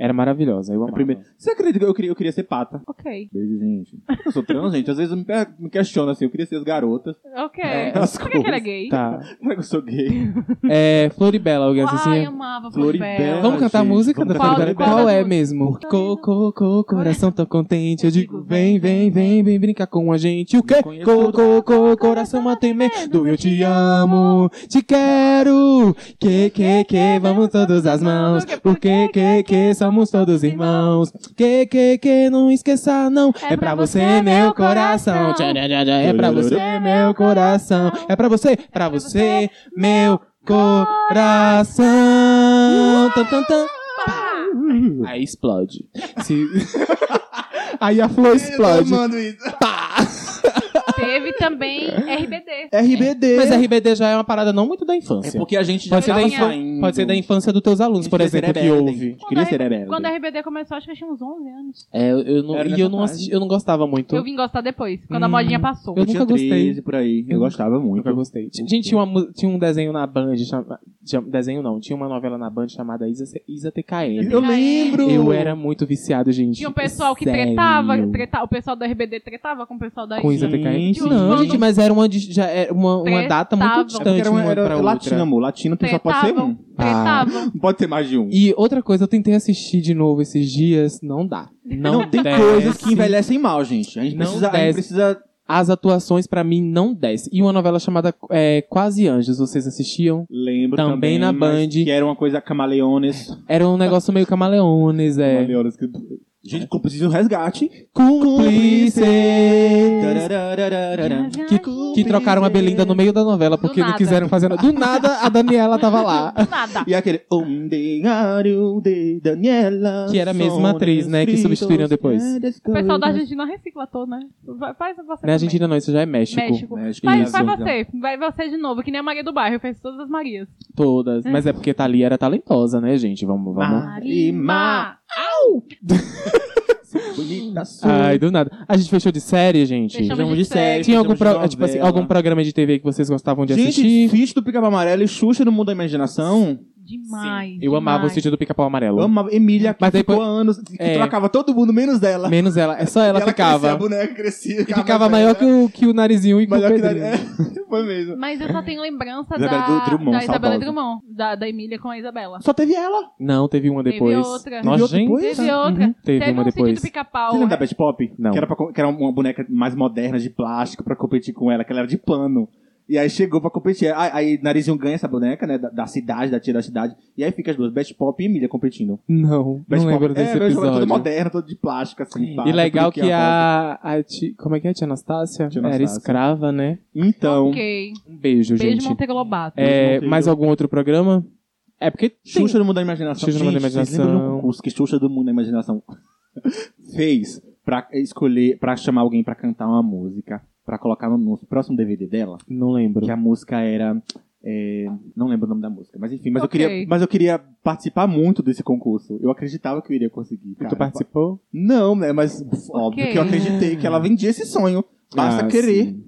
Speaker 1: Era maravilhosa, eu
Speaker 2: A
Speaker 1: amava.
Speaker 2: primeira- Você acredita que eu queria, eu queria ser pata?
Speaker 3: Ok.
Speaker 2: Beijo, gente. Eu sou trans, gente. Às vezes eu me, pe- me questiono assim. Eu queria ser as garotas.
Speaker 3: Ok.
Speaker 1: É,
Speaker 2: as
Speaker 3: Por que, que ele é
Speaker 2: coisas.
Speaker 3: gay?
Speaker 1: Tá.
Speaker 2: Como é que eu sou gay?
Speaker 1: É, Floribela, alguém
Speaker 3: Ai,
Speaker 1: assistia?
Speaker 3: amava
Speaker 2: Floribela.
Speaker 3: Floribela.
Speaker 1: Vamos cantar a
Speaker 2: gente,
Speaker 1: música
Speaker 2: vamos
Speaker 1: da
Speaker 3: cantar
Speaker 1: Floribela?
Speaker 3: Floribela.
Speaker 1: Qual, é
Speaker 3: Qual é?
Speaker 1: mesmo? Cocô, coração tão contente. Eu digo, vem, vem, vem, vem brincar com a gente. O quê?
Speaker 2: Me conheço
Speaker 1: Cocô, coração mas tem medo. Eu te amo, te quero. Que, que, que, vamos todas as mãos. O que, que, que, somos todos irmãos. Que, que, que, não esqueça não. É pra você, meu coração. Tchá, tchá, tchá, tchá. É
Speaker 2: *laughs*
Speaker 1: pra você, meu coração. É pra você, pra você, meu coração. Tan, tan, tan.
Speaker 3: Pá!
Speaker 1: Aí explode. Se- Aí a flor
Speaker 2: Eu
Speaker 1: explode.
Speaker 2: tô amando isso.
Speaker 3: Teve também RBD. É.
Speaker 2: RBD.
Speaker 1: Mas RBD já é uma parada não muito da infância.
Speaker 2: É porque a gente
Speaker 1: Pode ser,
Speaker 2: já
Speaker 1: da
Speaker 2: tava
Speaker 1: infan-
Speaker 2: saindo.
Speaker 1: pode ser da infância dos teus alunos, por
Speaker 2: Queria ser
Speaker 1: exemplo, que
Speaker 2: rebelde. é
Speaker 1: ouve.
Speaker 2: Queria ser
Speaker 3: a-
Speaker 2: rebelde.
Speaker 3: Quando a RBD começou, acho que eu tinha uns 11 anos.
Speaker 1: É, eu- eu não,
Speaker 2: Era
Speaker 1: e
Speaker 2: nessa
Speaker 1: eu não,
Speaker 2: fase.
Speaker 1: assisti, eu não gostava muito.
Speaker 3: Eu vim gostar depois, quando a
Speaker 1: Hum.
Speaker 3: modinha passou.
Speaker 1: Eu
Speaker 2: Eu tinha
Speaker 1: nunca gostei.
Speaker 2: 13 por aí. Eu,
Speaker 1: Eu
Speaker 2: gostava muito.
Speaker 1: Nunca gostei. Ti- Gente, tinha, uma mu- tinha um desenho na Band, chama- chama- desenho não, tinha uma novela na Band chamada Isa, Isa TKM.
Speaker 2: Eu lembro!
Speaker 1: Eu era muito viciado, gente.
Speaker 3: Tinha um pessoal que
Speaker 1: Sério.
Speaker 3: tretava, treta- o pessoal da RBD tretava com o pessoal da
Speaker 1: Com
Speaker 3: Isa.
Speaker 1: Isa TKM.
Speaker 2: Gente,
Speaker 1: não,
Speaker 3: quando-
Speaker 1: gente, mas era uma, de- já era uma, uma data
Speaker 3: Tretava.
Speaker 2: É
Speaker 1: muito distante
Speaker 2: porque era,
Speaker 1: uma,
Speaker 2: uma- era
Speaker 1: pra
Speaker 2: latino,
Speaker 1: outra.
Speaker 2: amor. Latino tu só pode ser
Speaker 3: Tretavam,
Speaker 2: um.
Speaker 3: tretavam.
Speaker 2: Não pode ter mais de um.
Speaker 1: E outra coisa, eu tentei assistir de novo esses dias, não dá. Não,
Speaker 2: tem
Speaker 1: desce.
Speaker 2: coisas que envelhecem mal, gente. A gente
Speaker 1: É, Não
Speaker 2: precisa. A
Speaker 1: desce.
Speaker 2: gente precisa...
Speaker 1: As atuações pra mim não desce. E uma novela chamada é, Quase Anjos, vocês assistiam?
Speaker 2: Lembro
Speaker 1: Também
Speaker 2: também,
Speaker 1: na
Speaker 2: mas
Speaker 1: Band.
Speaker 2: Que era uma coisa camaleones.
Speaker 1: Era um negócio meio camaleones, é.
Speaker 2: Camaleones que... Gente, como precisa de um resgate.
Speaker 1: Cúmplices!
Speaker 2: Tarararararara.
Speaker 1: Que, que trocaram a Belinda no meio da novela
Speaker 3: Do
Speaker 1: porque não
Speaker 3: nada.
Speaker 1: quiseram fazer nada. Do nada a Daniela tava
Speaker 3: *laughs*
Speaker 1: lá.
Speaker 3: Do nada.
Speaker 2: *laughs* E aquele Um diário de Daniela. é
Speaker 1: Que era a mesma
Speaker 2: Sones
Speaker 1: atriz, né, que substituíram depois.
Speaker 3: O pessoal da Argentina recicla todo, né? Vai- Faz você.
Speaker 1: Na
Speaker 3: também.
Speaker 1: Argentina não, isso já é México.
Speaker 3: México.
Speaker 2: México,
Speaker 3: Faz,
Speaker 2: isso. né?
Speaker 3: faz você. Vai você de novo, que nem a Maria do Bairro. Fez todas as Marias.
Speaker 1: Todas. Mas é porque Thalia era talentosa, né, gente? Vamos, vamos.
Speaker 3: Ah,
Speaker 2: Marima. Bonita sua.
Speaker 1: Ai, do nada. A gente fechou de série, gente.
Speaker 3: Fechamos
Speaker 2: Chama de série.
Speaker 1: Tinha algum,
Speaker 2: chama de
Speaker 1: pro- tipo assim,
Speaker 2: novela.
Speaker 1: algum programa de TV que vocês gostavam de
Speaker 2: Gente,
Speaker 1: assistir?
Speaker 2: Fish do Pica Amarelo e Xuxa no Mundo da Imaginação.
Speaker 3: Demais.
Speaker 1: Eu amava o
Speaker 3: demais.
Speaker 1: sítio do Pica-Pau Amarelo.
Speaker 2: Eu amava Emília, que
Speaker 1: Mas
Speaker 2: ficou
Speaker 1: depois-
Speaker 2: anos, que
Speaker 1: É.
Speaker 2: trocava todo mundo, menos dela.
Speaker 1: Menos ela. É só
Speaker 2: E
Speaker 1: ela,
Speaker 2: Crescia, a
Speaker 1: ficava.
Speaker 2: boneca crescia.
Speaker 1: E ficava maior que o, que o narizinho e que o
Speaker 2: né? Maior que *laughs*
Speaker 1: Pedrinho.
Speaker 2: é, Foi mesmo.
Speaker 3: Mas eu só tenho lembrança
Speaker 2: Isabela
Speaker 3: da,
Speaker 2: Drummond,
Speaker 3: da Isabela
Speaker 2: saudosa.
Speaker 3: Drummond, da, da Emília com a Isabela.
Speaker 2: Só teve ela.
Speaker 1: Não, teve uma
Speaker 3: Teve
Speaker 1: depois.
Speaker 3: outra.
Speaker 1: Nossa,
Speaker 2: é. Teve
Speaker 1: gente.
Speaker 2: outra
Speaker 3: Teve
Speaker 2: Pois é.
Speaker 3: outra.
Speaker 1: Uhum, teve
Speaker 3: Teve
Speaker 1: uma
Speaker 3: um sítio
Speaker 1: depois.
Speaker 3: do pica-pau. é,
Speaker 2: Você lembra da Bad Pop?
Speaker 1: Não.
Speaker 2: Que era, pra co- que era uma boneca mais moderna, de plástico, pra competir com ela, que ela era de pano. E aí chegou pra competir. Aí, aí Narizinho ganha essa boneca, né? Da, da cidade, da tia da cidade. E aí fica as duas, Bad Pop e Emília, competindo.
Speaker 1: Não,
Speaker 2: Bad
Speaker 1: não
Speaker 2: Pop-
Speaker 1: lembro desse
Speaker 2: é, Bad Pop é toda
Speaker 1: episódio.
Speaker 2: moderna, toda de plástico, assim. pá,
Speaker 1: E legal
Speaker 2: tudo
Speaker 1: que
Speaker 2: é uma fase.
Speaker 1: a, a ti- como é que é a tia Anastácia?
Speaker 2: Tia
Speaker 1: Era
Speaker 2: Anastácia.
Speaker 1: escrava, né?
Speaker 2: Então,
Speaker 3: Ok.
Speaker 1: Um beijo,
Speaker 3: Beijo,
Speaker 1: gente.
Speaker 3: Monteiro Lobato.
Speaker 1: É,
Speaker 2: Monteiro.
Speaker 1: mais algum outro programa? É porque tem-
Speaker 2: Xuxa do Mundo da Imaginação.
Speaker 1: Xuxa do Mundo da
Speaker 2: Gente, vocês
Speaker 1: Imaginação.
Speaker 2: lembram de um concurso que Xuxa do Mundo da Imaginação *laughs* fez pra escolher, pra chamar alguém pra cantar uma música, pra colocar no, no próximo DVD dela?
Speaker 1: não lembro.
Speaker 2: Que a música era. é, não lembro o nome da música, mas enfim, mas,
Speaker 3: Ok.
Speaker 2: eu queria, mas eu queria participar muito desse concurso. Eu acreditava que eu iria conseguir.
Speaker 1: Tu
Speaker 2: cara.
Speaker 1: participou?
Speaker 2: Não, né? Mas óbvio que eu acreditei que ela vendia esse sonho. Basta
Speaker 1: Ah,
Speaker 2: querer,
Speaker 1: sim.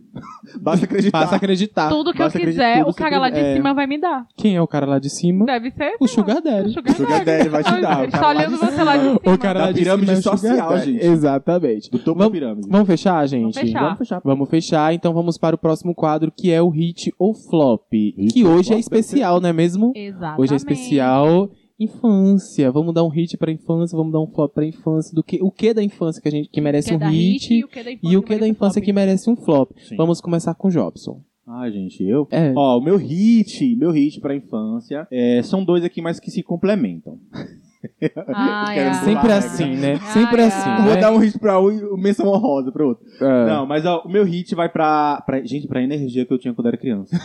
Speaker 2: basta acreditar.
Speaker 1: Basta acreditar.
Speaker 3: Tudo que eu
Speaker 2: Basta acreditar,
Speaker 3: quiser,
Speaker 2: tudo
Speaker 3: o cara lá de
Speaker 2: sempre- é.
Speaker 3: cima vai me dar.
Speaker 1: Quem é o cara lá de cima?
Speaker 3: Deve ser.
Speaker 1: O
Speaker 3: sei lá,
Speaker 1: Sugar Daddy.
Speaker 3: Sugar,
Speaker 2: Sugar
Speaker 3: Daddy.
Speaker 2: Daddy vai te dar, o
Speaker 3: Ele
Speaker 2: cara
Speaker 3: tá
Speaker 2: lá de
Speaker 3: olhando você
Speaker 2: cima.
Speaker 3: lá de cima.
Speaker 1: O cara
Speaker 2: Da
Speaker 1: lá de
Speaker 2: pirâmide
Speaker 1: cima é o Sugar
Speaker 2: social,
Speaker 1: Daddy.
Speaker 2: gente.
Speaker 1: Exatamente.
Speaker 2: Do topo
Speaker 1: Vamos-
Speaker 2: da pirâmide.
Speaker 1: Vamos fechar, gente?
Speaker 3: fechar.
Speaker 2: Vamos fechar.
Speaker 1: Vamos fechar, então vamos para o próximo quadro, que é o hit ou flop. que
Speaker 2: ou
Speaker 1: hoje é
Speaker 2: flop,
Speaker 1: especial, não é mesmo?
Speaker 3: Exatamente.
Speaker 1: Hoje é especial infância. Vamos dar um hit pra infância, vamos dar um flop pra infância. Do que, o que da infância que a gente que
Speaker 3: O
Speaker 1: merece
Speaker 3: que é
Speaker 1: um
Speaker 3: da
Speaker 1: hit,
Speaker 3: hit, o que é da infância,
Speaker 1: e o que da
Speaker 3: merece
Speaker 1: infância
Speaker 3: flop.
Speaker 1: que merece um flop.
Speaker 2: Sim.
Speaker 1: Vamos começar com o Jobson.
Speaker 2: Ai, gente, eu.
Speaker 1: É.
Speaker 2: Ó, o meu hit, meu hit pra infância, é, são dois aqui, mas que se complementam.
Speaker 3: Ai,
Speaker 2: Quero
Speaker 3: ai.
Speaker 2: pular,
Speaker 1: Sempre
Speaker 2: né,
Speaker 1: assim, né?
Speaker 3: Ai,
Speaker 1: Sempre
Speaker 3: ai.
Speaker 1: assim,
Speaker 2: Vou
Speaker 1: né?
Speaker 2: dar um hit pra um e o menção honrosa pro outro.
Speaker 1: É.
Speaker 2: Não, mas ó, o meu hit vai pra, pra. Gente, pra energia que eu tinha quando era criança.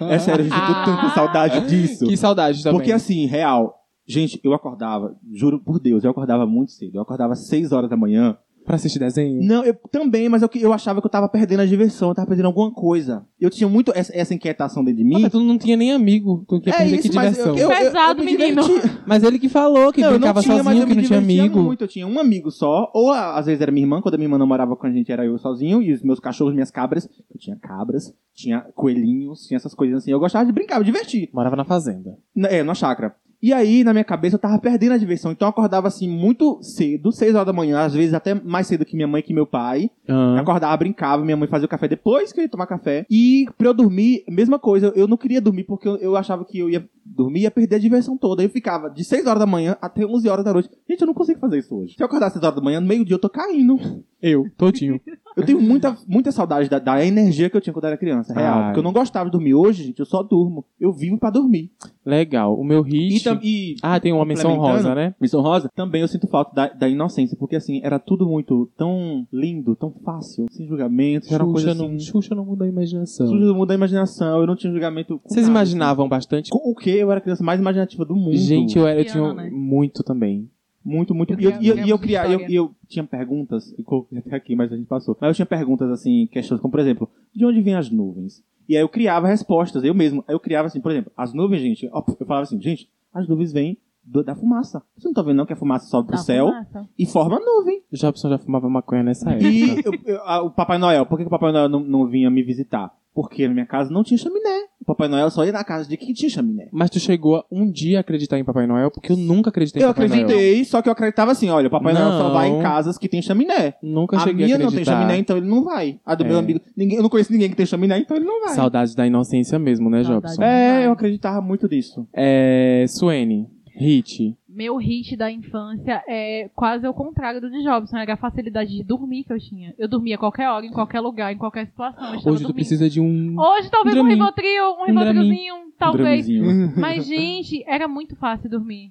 Speaker 1: Ah.
Speaker 2: é sério, gente, eu tô tanta saudade disso.
Speaker 1: Que saudade também.
Speaker 2: Porque assim, real. Gente, eu acordava, juro por Deus, eu acordava muito cedo. Eu acordava às 6 horas da manhã.
Speaker 1: Pra assistir desenho?
Speaker 2: Não, eu também, mas eu, eu achava que eu tava perdendo a diversão, eu tava perdendo alguma coisa. Eu tinha muito essa, essa inquietação dentro de mim.
Speaker 1: Ah, tu não tinha nem amigo, tu quer perder que
Speaker 2: É mas
Speaker 1: diversão.
Speaker 3: Pesado,
Speaker 2: me
Speaker 3: menino.
Speaker 2: diverti.
Speaker 1: Mas ele que falou que
Speaker 2: Não, eu não
Speaker 1: brincava
Speaker 2: tinha, mas
Speaker 1: sozinho,
Speaker 2: eu
Speaker 1: que
Speaker 2: me
Speaker 1: não tinha
Speaker 2: divertia
Speaker 1: amigo.
Speaker 2: muito. Eu tinha um amigo só, ou a- às vezes era minha irmã, quando a minha irmã não morava com a gente, era eu sozinho, e os meus cachorros, minhas cabras. Eu tinha cabras, tinha coelhinhos, tinha essas coisinhas assim. Eu gostava de brincar, me divertir.
Speaker 1: Morava na fazenda.
Speaker 2: Na- É, na chácara. E aí, na minha cabeça, eu tava perdendo a diversão. Então eu acordava assim muito cedo, seis horas da manhã, às vezes até mais cedo que minha mãe e que meu pai. Eu Acordava, brincava, minha mãe fazia o café depois que eu ia tomar café. E pra eu dormir, mesma coisa, eu- eu não queria dormir porque eu, eu achava que eu ia dormir e ia perder a diversão toda. Eu ficava de 6 horas da manhã até 11 horas da noite. Gente, eu não consigo fazer isso hoje. Se eu acordar às 6 horas da manhã, no meio-dia eu tô caindo.
Speaker 1: Eu, todinho.
Speaker 2: Eu tenho muita, muita saudade da, da energia que eu tinha quando eu era criança, real.
Speaker 1: Ai.
Speaker 2: Porque eu não gostava de dormir. Hoje, gente, eu só durmo. Eu vivo pra dormir.
Speaker 1: *laughs* Legal. O meu
Speaker 2: E,
Speaker 1: hit.
Speaker 2: tam- e
Speaker 1: Ah, tem uma menção rosa, né?
Speaker 2: Missão Rosa, também eu sinto falta da, da inocência, porque assim, era tudo muito tão lindo, tão fácil, sem julgamento, era uma coisa
Speaker 1: Xuxa,
Speaker 2: assim,
Speaker 1: não, Xuxa não muda a imaginação.
Speaker 2: Surge do mundo da imaginação, eu não tinha julgamento. com
Speaker 1: Vocês
Speaker 2: nada,
Speaker 1: imaginavam bastante?
Speaker 2: assim. Com o que eu era a criança mais imaginativa do mundo.
Speaker 1: Gente, eu, era, eu tinha
Speaker 3: Piano, né?
Speaker 1: muito também.
Speaker 2: Muito, muito.
Speaker 3: Eu
Speaker 2: E eu, e eu, e eu
Speaker 3: criava criança
Speaker 2: criava- eu-
Speaker 3: história.
Speaker 2: eu tinha *laughs* perguntas, eu coloquei até aqui, mas a gente passou. Mas eu tinha perguntas assim, questões como, por exemplo, de onde vêm as nuvens? E aí eu criava respostas, eu mesmo. Aí eu criava assim, por exemplo, as nuvens, gente, ó, eu falava assim, gente, as nuvens vêm do- da fumaça. Você não tá vendo não que a fumaça sobe pro
Speaker 3: Da
Speaker 2: céu
Speaker 3: fumaça.
Speaker 2: e forma nuvem.
Speaker 1: Jobson já fumava maconha nessa época.
Speaker 2: E
Speaker 1: *laughs*
Speaker 2: eu- eu- a- o Papai Noel, por que, que o Papai Noel não, não vinha me visitar? Porque na minha casa não tinha chaminé. O Papai Noel só ia na casa de quem tinha chaminé.
Speaker 1: Mas tu chegou a um dia acreditar em Papai Noel, porque eu nunca acreditei em
Speaker 2: eu
Speaker 1: Papai Noel.
Speaker 2: acreditei, só que eu acreditava assim, olha, o Papai Noel só
Speaker 1: Não.
Speaker 2: vai em casas que tem chaminé.
Speaker 1: Nunca
Speaker 2: a
Speaker 1: cheguei
Speaker 2: minha
Speaker 1: a
Speaker 2: não tem
Speaker 1: acreditar.
Speaker 2: chaminé, então ele não vai. A do meu
Speaker 1: É.
Speaker 2: amigo, ninguém, eu não conheço ninguém que tem chaminé, então ele não vai.
Speaker 1: Saudade da inocência mesmo, né,
Speaker 3: Saudade.
Speaker 1: Jobson?
Speaker 2: É, eu acreditava muito nisso.
Speaker 1: É, Suene, Hit.
Speaker 3: Meu hit da infância é quase ao contrário do de Jobson. Era a facilidade de dormir que eu tinha. Eu dormia a qualquer hora, em qualquer lugar, em qualquer situação. Eu estava
Speaker 1: Hoje tu
Speaker 3: dormindo.
Speaker 1: precisa de um
Speaker 3: Hoje talvez um
Speaker 1: Dramin.
Speaker 3: Rivotril, um
Speaker 1: Um Dramin.
Speaker 3: Rivotrilzinho, talvez.
Speaker 1: dramezinho.
Speaker 2: Uhum.
Speaker 3: Mas, gente, era muito fácil dormir.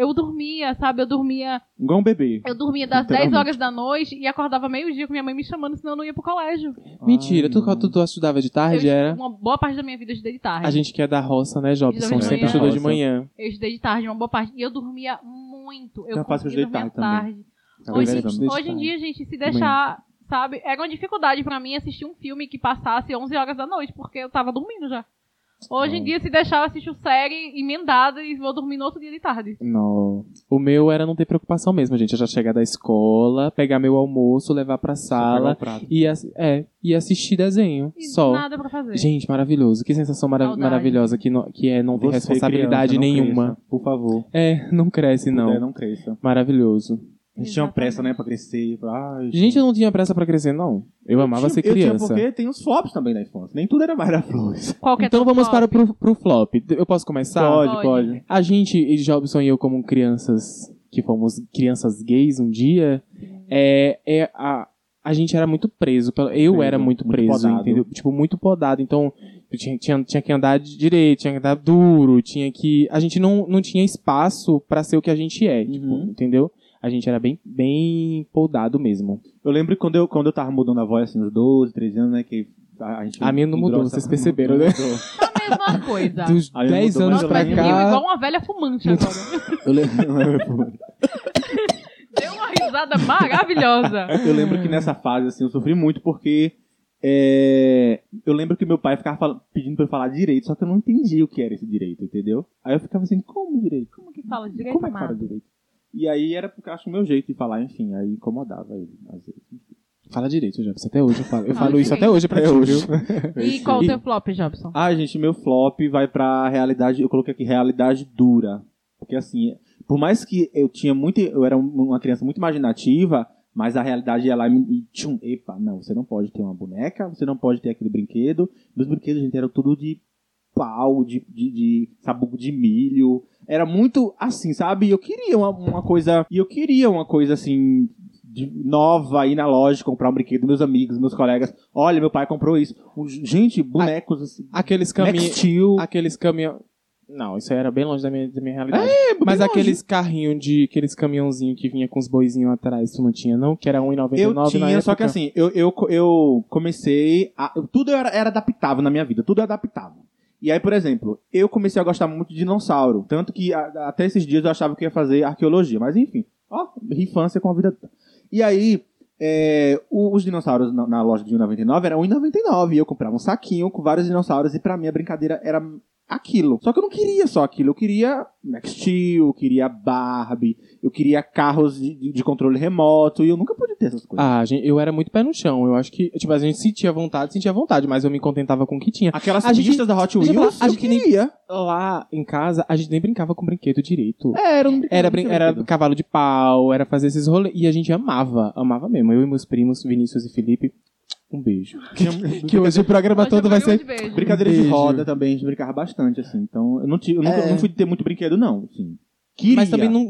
Speaker 3: Eu dormia, sabe? Eu dormia.
Speaker 2: Igual um bebê.
Speaker 3: Eu dormia das 10
Speaker 2: Literalmente.
Speaker 3: horas da noite e acordava meio-dia com minha mãe me chamando, senão eu não ia pro colégio.
Speaker 1: Mentira,
Speaker 2: Ai,
Speaker 1: tu,
Speaker 2: não.
Speaker 1: tu, tu estudava de
Speaker 3: Eu,
Speaker 1: tarde, Ah, era?
Speaker 3: Uma boa parte da minha vida eu estudei de tarde.
Speaker 1: A gente que é da roça, né,
Speaker 3: Estudava
Speaker 1: Jobson?
Speaker 3: de
Speaker 1: Sempre
Speaker 3: manhã.
Speaker 1: estudou de
Speaker 2: Roça.
Speaker 1: manhã.
Speaker 3: Eu estudei de tarde, uma boa parte. E eu dormia muito. Eu
Speaker 1: Então é
Speaker 2: Era fácil
Speaker 3: conseguia
Speaker 2: estudar de
Speaker 3: dormir
Speaker 2: tarde
Speaker 3: tarde.
Speaker 1: Eu
Speaker 3: Hoje,
Speaker 1: sempre estudei de
Speaker 3: hoje em
Speaker 1: tarde.
Speaker 3: dia, gente, se deixar, sabe? Era uma dificuldade pra mim assistir um filme que passasse 11 horas da noite, porque eu tava dormindo já. Hoje em dia, se deixar, eu assisto série emendada e vou dormir no outro dia de tarde.
Speaker 1: Não. O meu era não ter preocupação mesmo, gente. Eu já chegar da escola, pegar meu almoço, levar pra
Speaker 2: Pegar
Speaker 1: sala
Speaker 2: o prato.
Speaker 1: e, ass- é, e assistir desenho.
Speaker 3: E
Speaker 1: Só.
Speaker 3: nada pra fazer.
Speaker 1: Gente, maravilhoso. Que sensação mara-
Speaker 3: Saudade.
Speaker 1: maravilhosa que, no- que é não ter
Speaker 2: Você,
Speaker 1: responsabilidade
Speaker 2: criança, não
Speaker 1: nenhuma.
Speaker 2: cresça, por favor.
Speaker 1: É, *laughs* não cresce,
Speaker 2: Se
Speaker 1: não.
Speaker 2: puder, não cresça.
Speaker 1: Maravilhoso.
Speaker 2: A gente tinha uma
Speaker 3: Exatamente.
Speaker 2: pressa, né, pra crescer. Pra... Ai,
Speaker 1: Gente, eu não tinha pressa pra crescer, não. Eu amava
Speaker 2: tinha- um-
Speaker 1: ser
Speaker 2: Eu
Speaker 1: criança.
Speaker 2: tinha porque tem os flops também na infância. Nem tudo era maravilhoso.
Speaker 3: Qualquer
Speaker 1: Então
Speaker 3: top
Speaker 1: vamos
Speaker 3: top.
Speaker 1: para o pro, pro flop. Eu posso começar?
Speaker 2: Pode,
Speaker 3: Pode.
Speaker 2: pode.
Speaker 1: A gente, Jobson e eu, como crianças que fomos crianças gays um dia, é, é a, a gente era muito preso. pela- Eu
Speaker 2: Preso,
Speaker 1: era
Speaker 2: muito
Speaker 1: muito preso,
Speaker 2: podado.
Speaker 1: entendeu? Tipo, muito podado. Então, eu tinha, tinha, tinha que andar de direito, tinha que andar duro, tinha que. A gente não, não tinha espaço pra ser o que a gente é, tipo,
Speaker 2: Uhum.
Speaker 1: entendeu? A gente era bem, bem podado mesmo.
Speaker 2: Eu lembro quando eu, quando eu tava mudando a voz, assim, uns 12, 13 anos, né? Que a, a gente.
Speaker 1: A minha não mudou, vocês perceberam,
Speaker 2: mudou,
Speaker 1: né?
Speaker 2: mudou.
Speaker 1: *laughs*
Speaker 3: a mesma coisa.
Speaker 1: Dos
Speaker 2: Aí eu
Speaker 1: 10
Speaker 2: mudou
Speaker 1: anos
Speaker 2: mais ou
Speaker 1: pra
Speaker 3: Tá. eu
Speaker 2: menos.
Speaker 1: cá.
Speaker 3: igual uma velha
Speaker 1: *laughs*
Speaker 3: fumante agora.
Speaker 2: Eu lembro,
Speaker 3: *laughs* Deu uma risada maravilhosa.
Speaker 1: *laughs*
Speaker 2: eu lembro que nessa fase, assim, eu sofri muito porque. é, eu lembro que meu pai ficava fal- pedindo pra eu falar direito, só que eu não entendia o que era esse direito, entendeu? Aí eu ficava assim, como direito?
Speaker 3: Como que fala direito,
Speaker 2: como é que fala
Speaker 3: amado?
Speaker 2: direito? E aí era porque eu acho o meu jeito de falar, enfim, aí incomodava ele, às vezes.
Speaker 1: Fala direito, Jobson. Até hoje eu falo. Eu
Speaker 3: Fala
Speaker 1: falo isso
Speaker 3: direito.
Speaker 1: até hoje pra ti,
Speaker 2: hoje.
Speaker 1: viu?
Speaker 3: E qual o teu flop, Jobson?
Speaker 2: Ah, gente, meu flop vai pra realidade. Eu coloquei aqui realidade dura. Porque assim, por mais que eu tinha muito. Eu era um- uma criança muito imaginativa, mas a realidade ia lá e. e tchum, epa, não, você não pode ter uma boneca, você não pode ter aquele brinquedo. Meus brinquedos, gente, eram tudo de pau, de, de, de sabugo de milho. Era muito assim, sabe? E Eu queria uma, uma coisa. E eu queria uma coisa assim. de- nova, ir na loja, comprar um brinquedo, meus amigos, meus colegas. Olha, meu pai comprou isso. Um- Gente, bonecos assim.
Speaker 1: *laughs* Aqueles
Speaker 2: Max
Speaker 1: caminhos.
Speaker 2: Steel.
Speaker 1: aqueles caminhão. Não, isso aí era bem longe da minha, da minha realidade.
Speaker 2: É, bem
Speaker 1: Mas
Speaker 2: longe.
Speaker 1: aqueles carrinhos de. aqueles caminhãozinhos que vinha com os boizinhos atrás, tu não tinha, não? Que era R$1,99
Speaker 2: Eu
Speaker 1: na
Speaker 2: tinha, só
Speaker 1: época.
Speaker 2: que assim, eu, eu, eu comecei. A, eu- tudo era, era adaptável na minha vida, tudo eu adaptava. E aí, por exemplo, eu comecei a gostar muito de dinossauro. Tanto que a- até esses dias eu achava que eu ia fazer arqueologia. Mas enfim, ó, infância com a vida. E aí, é, o- os dinossauros na, na loja de 1,99 era 1,99. E eu comprava um saquinho com vários dinossauros. E pra mim a brincadeira era aquilo. Só que eu não queria só aquilo. Eu queria Max Steel, eu queria Barbie, eu queria carros de, de- de controle remoto. E eu nunca pude ter essas coisas.
Speaker 1: Ah, gente, eu era muito pé no chão. Eu acho que. Tipo, a gente sentia vontade, sentia vontade, mas eu me contentava com o que tinha.
Speaker 2: Aquelas
Speaker 1: a gente-
Speaker 2: pistas da Hot
Speaker 1: deixa eu
Speaker 2: Wheels,
Speaker 1: falar,
Speaker 2: eu
Speaker 1: a gente nem-
Speaker 2: queria.
Speaker 1: Lá em casa, a gente nem brincava com brinquedo direito.
Speaker 2: É, era um brinquedo,
Speaker 1: Era,
Speaker 2: não
Speaker 1: brin-
Speaker 2: tinha
Speaker 1: era
Speaker 2: brinquedo.
Speaker 1: cavalo de pau, era fazer esses rolês. E a gente amava, amava mesmo. Eu e meus primos, Vinícius e Felipe, um beijo. Que hoje o programa
Speaker 3: Hoje eu
Speaker 1: todo vai
Speaker 3: ganhei
Speaker 1: ser
Speaker 3: um de
Speaker 2: *laughs*
Speaker 3: beijo.
Speaker 2: Brincadeira de
Speaker 1: Beijo.
Speaker 2: roda também, a gente brincava bastante, assim. Então, eu não, tive, eu nunca-
Speaker 1: É.
Speaker 2: eu não fui ter muito brinquedo, não. Assim. Queria.
Speaker 1: Mas também não.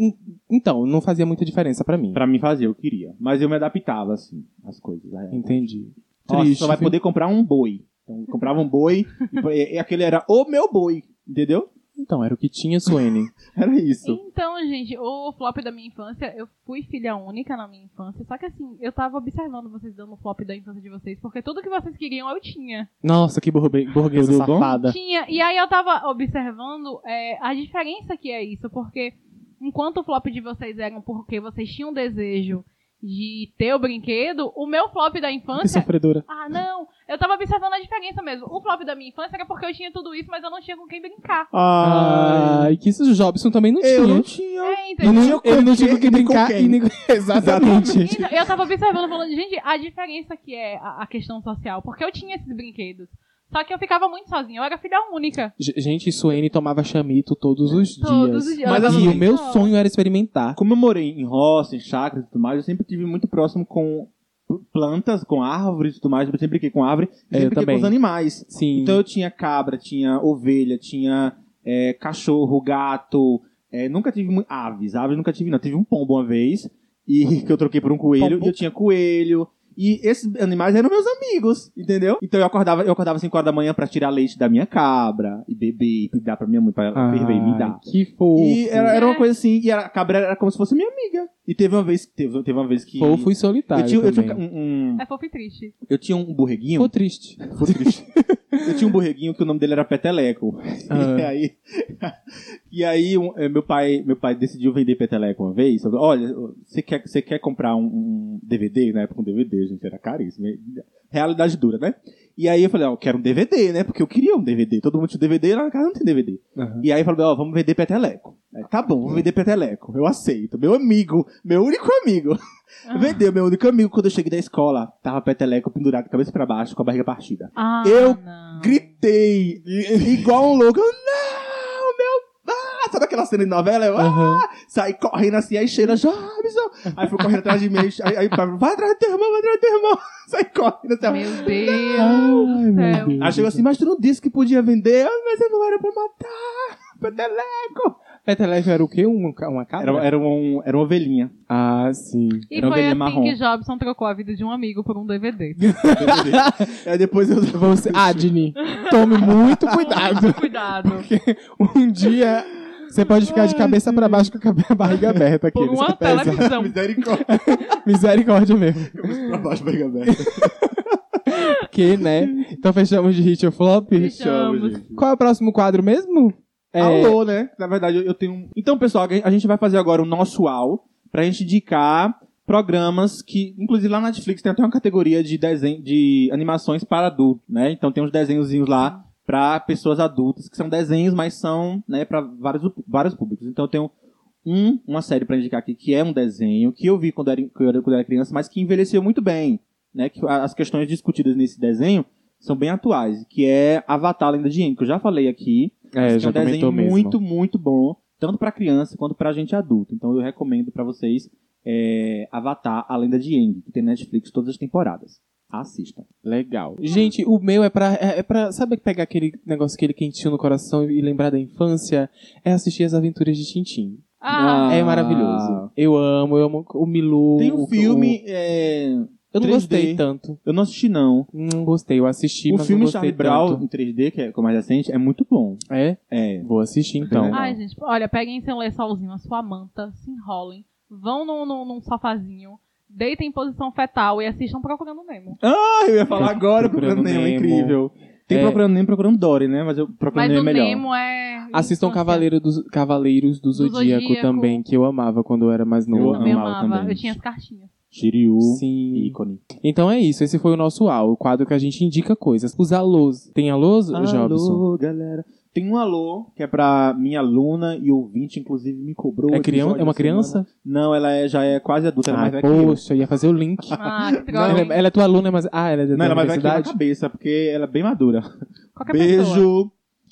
Speaker 1: Então, não fazia muita diferença pra mim.
Speaker 2: Pra mim fazer, eu queria. Mas eu me adaptava, assim, às coisas. Né?
Speaker 1: Entendi.
Speaker 2: Nossa,
Speaker 1: Triste.
Speaker 2: só vai
Speaker 1: viu?
Speaker 2: poder comprar um boi. Então, eu comprava um boi, e, e aquele era o meu boi, entendeu?
Speaker 1: Então, era o que tinha, Suene.
Speaker 2: Era isso.
Speaker 3: Então, gente, o flop da minha infância, eu fui filha única na minha infância. Só que assim, eu tava observando vocês dando o flop da infância de vocês, porque tudo que vocês queriam eu tinha.
Speaker 1: Nossa, que burbe- burguesa
Speaker 2: Tudo bom?
Speaker 1: safada.
Speaker 3: Tinha. E aí eu tava observando é, a diferença que é isso, porque enquanto o flop de vocês eram porque vocês tinham um desejo de ter o brinquedo, o meu flop da
Speaker 1: Que
Speaker 3: infância.
Speaker 1: sofredora.
Speaker 3: Ah, não. Eu tava observando a diferença mesmo. O flop da minha infância era porque eu tinha tudo isso, mas eu não tinha com quem brincar.
Speaker 1: Ai, que isso, o Jobson também não
Speaker 2: eu não
Speaker 1: tinha.
Speaker 2: tinha. tipo
Speaker 3: É,
Speaker 1: Ele
Speaker 3: entendeu?
Speaker 1: não,
Speaker 2: tinha com
Speaker 1: ele não tinha
Speaker 2: quem
Speaker 1: com quem
Speaker 2: e nem com
Speaker 1: brincar
Speaker 2: quem.
Speaker 1: e nem... Exatamente.
Speaker 3: Então, eu tava observando, falando, gente, a diferença que é a, a questão social. Porque eu tinha esses brinquedos. Só que eu ficava muito sozinha. Eu era filha única.
Speaker 1: G- Gente, Suene tomava chamito todos os dias.
Speaker 3: Todos os dias. Então-
Speaker 2: Mas assim,
Speaker 3: Eu
Speaker 2: ela não
Speaker 1: e o meu
Speaker 3: brincava.
Speaker 1: sonho era experimentar.
Speaker 2: Como eu morei em roça, em chácara e tudo mais, eu sempre tive muito próximo com p- plantas, com árvores e tudo mais. Eu sempre brinquei com árvore e
Speaker 1: É, eu
Speaker 2: sempre brinquei
Speaker 1: também.
Speaker 2: com os animais.
Speaker 1: Sim.
Speaker 2: Então eu tinha cabra, tinha ovelha, tinha é, cachorro, gato. é, nunca tive mu- aves. Aves nunca tive, não. Tive um pombo uma vez, e *laughs* que eu troquei por um coelho.
Speaker 1: Pombo?
Speaker 2: E eu tinha coelho. E esses animais eram meus amigos, entendeu? Então eu acordava, eu acordava 5 horas da manhã pra tirar leite da minha cabra e beber e dar pra minha mãe, pra ela ferver e me
Speaker 1: Ai,
Speaker 2: dar.
Speaker 1: Que fofo.
Speaker 2: E era, era uma
Speaker 3: É.
Speaker 2: coisa assim, e a cabra era como se fosse minha amiga. E teve uma vez, teve, teve uma vez que.
Speaker 1: Fofo e solitário
Speaker 2: eu tinha, eu,
Speaker 1: também.
Speaker 2: tinha um, um-
Speaker 3: É fofo e triste.
Speaker 2: eu tinha um
Speaker 1: Ficou
Speaker 2: borreguinho.
Speaker 1: triste.
Speaker 2: Foi triste. eu tinha um borreguinho que o nome dele era Peteleco. *laughs* E
Speaker 1: Ah,
Speaker 2: aí, e aí um- eh, meu, pai, meu pai decidiu vender Peteleco uma vez. Falou, Olha, você quer, você quer comprar um, um DVD? Na época um DVD, gente, era caríssimo. Realidade dura, né? E aí eu falei, ó, eu quero um DVD, né? Porque eu queria um DVD. Todo mundo tinha DVD, lá na casa não tem DVD.
Speaker 1: aham.
Speaker 2: E aí falou, ó, vamos vender peteleco. Aí, tá bom, vou vender peteleco. Eu aceito. Meu amigo, meu único amigo. Vendeu, meu único amigo. Quando eu cheguei da escola, tava peteleco pendurado, cabeça pra baixo, com a barriga partida.
Speaker 3: Ah,
Speaker 2: Eu
Speaker 3: não.
Speaker 2: Gritei, igual um louco. Eu, Não, meu... Ah! Sabe aquela cena de novela? Eu, ah!
Speaker 1: Aham.
Speaker 2: Saí correndo assim, aí cheira, Jobson. Aí foi correndo atrás de mim. Aí, aí o pai falou, vai atrás do teu irmão, vai atrás do teu irmão. *laughs* Saí correndo assim.
Speaker 3: Meu Deus.
Speaker 1: Ai, meu
Speaker 3: céu.
Speaker 1: Deus.
Speaker 2: Aí chegou assim, mas tu não disse que podia vender? Eu, Mas eu não era pra matar. Peteleco.
Speaker 1: Peteleco era o quê? Um ca- Uma cabra?
Speaker 2: Era, era, um, era uma ovelhinha.
Speaker 1: Ah, sim.
Speaker 3: E
Speaker 2: Era uma
Speaker 3: foi
Speaker 2: ovelhinha
Speaker 3: assim
Speaker 2: marrom.
Speaker 3: que Jobson trocou a vida de um amigo por um DVD.
Speaker 2: Aí depois eu.
Speaker 1: Você, Adni, Ah, tome muito *laughs* cuidado. *laughs*
Speaker 3: Cuidado.
Speaker 1: Um dia você pode ficar de cabeça pra baixo com a cabe- a barriga aberta aqui.
Speaker 3: Por uma
Speaker 1: *laughs*
Speaker 2: *laughs*
Speaker 3: televisão.
Speaker 2: Misericórdia.
Speaker 1: Misericórdia mesmo.
Speaker 2: pra né? baixo, barriga aberta. *laughs*
Speaker 1: Que, né? Então fechamos tipo de hit ou flop.
Speaker 3: Fechamos.
Speaker 1: Qual é o próximo quadro mesmo? É,
Speaker 2: Alô, né? Na verdade, eu- eu tenho um. Então, pessoal, a gente vai fazer agora o nosso UAU pra gente indicar programas que, inclusive lá na Netflix tem até uma categoria de desenho de animações para adulto, né? Então tem uns desenhozinhos lá pra pessoas adultas, que são desenhos, mas são, né, para vários vários públicos. Então eu tenho um, uma série pra indicar aqui que é um desenho que eu vi quando era, quando eu era- quando eu era criança, mas que envelheceu muito bem, né? Que a- as questões discutidas nesse desenho são bem atuais, que é Avatar Lenda de Aang, que eu já falei aqui,
Speaker 1: é,
Speaker 2: que é
Speaker 1: já
Speaker 2: um desenho
Speaker 1: comentou mesmo.
Speaker 2: muito, muito bom, tanto pra criança quanto pra gente adulto. Então eu recomendo pra vocês é, Avatar, a Lenda de Aang, que tem na Netflix todas as temporadas. Assistam.
Speaker 1: Legal. Gente, o meu é pra, é, é pra. Sabe pegar aquele negócio, aquele quentinho no coração e lembrar da infância? É assistir as aventuras de Tintim.
Speaker 3: Ah,
Speaker 1: É maravilhoso. Eu amo, eu amo o Milu.
Speaker 2: Tem um
Speaker 1: o-
Speaker 2: filme, é,
Speaker 1: o- eu não
Speaker 2: 3D.
Speaker 1: gostei tanto.
Speaker 2: eu não assisti não,
Speaker 1: Não gostei, eu assisti,
Speaker 2: Hum. o
Speaker 1: mas
Speaker 2: filme
Speaker 1: não gostei
Speaker 2: Charlie Brown
Speaker 1: tanto.
Speaker 2: em 3D, que é o mais recente, é muito bom.
Speaker 1: É?
Speaker 2: É,
Speaker 1: Vou assistir então.
Speaker 2: Ah,
Speaker 3: Ai, gente, olha, peguem seu lençolzinho, a sua manta, se enrolem, vão num, num, num sofazinho, deitem em posição fetal e assistam Procurando Nemo.
Speaker 2: Ah, eu ia falar agora, Procurando Nemo, é incrível. Tem
Speaker 1: É.
Speaker 2: Procurando Nemo e Procurando Dory, né? Mas eu Procurando
Speaker 3: Mas
Speaker 2: Nemo
Speaker 3: o
Speaker 2: é melhor.
Speaker 3: Nemo é...
Speaker 1: Assistam Cavaleiro dos, Cavaleiros do Zodíaco,
Speaker 3: Zodíaco.
Speaker 1: também, que eu amava quando eu era mais
Speaker 2: Eu
Speaker 3: Eu
Speaker 1: novo.
Speaker 3: também
Speaker 2: amava
Speaker 3: amava,
Speaker 2: também.
Speaker 3: eu tinha
Speaker 2: *laughs*
Speaker 3: as cartinhas.
Speaker 2: Shiryu,
Speaker 1: Sim.
Speaker 2: ícone.
Speaker 1: Então é isso, esse foi o nosso AU, o quadro que a gente indica coisas. Os alôs. Tem alôs, Jobson?
Speaker 2: Alô, galera. Tem um alô, que é pra minha aluna e ouvinte, inclusive, me cobrou.
Speaker 1: É,
Speaker 2: o
Speaker 1: crian
Speaker 2: episódio
Speaker 1: é uma
Speaker 2: da semana.
Speaker 1: criança?
Speaker 2: Não, ela é- já é quase adulta, ela é mais
Speaker 1: Ah,
Speaker 2: velha que eu.
Speaker 1: poxa, ia fazer o link.
Speaker 3: Ah, que
Speaker 2: Não,
Speaker 3: droga,
Speaker 1: Ela,
Speaker 3: hein?
Speaker 1: é- ela é tua aluna, mas. Ah, ela é da
Speaker 2: Não, ela é mais velha que eu na
Speaker 1: universidade?
Speaker 2: cabeça, porque ela é bem madura.
Speaker 3: Qualquer
Speaker 2: Beijo,
Speaker 3: pessoa.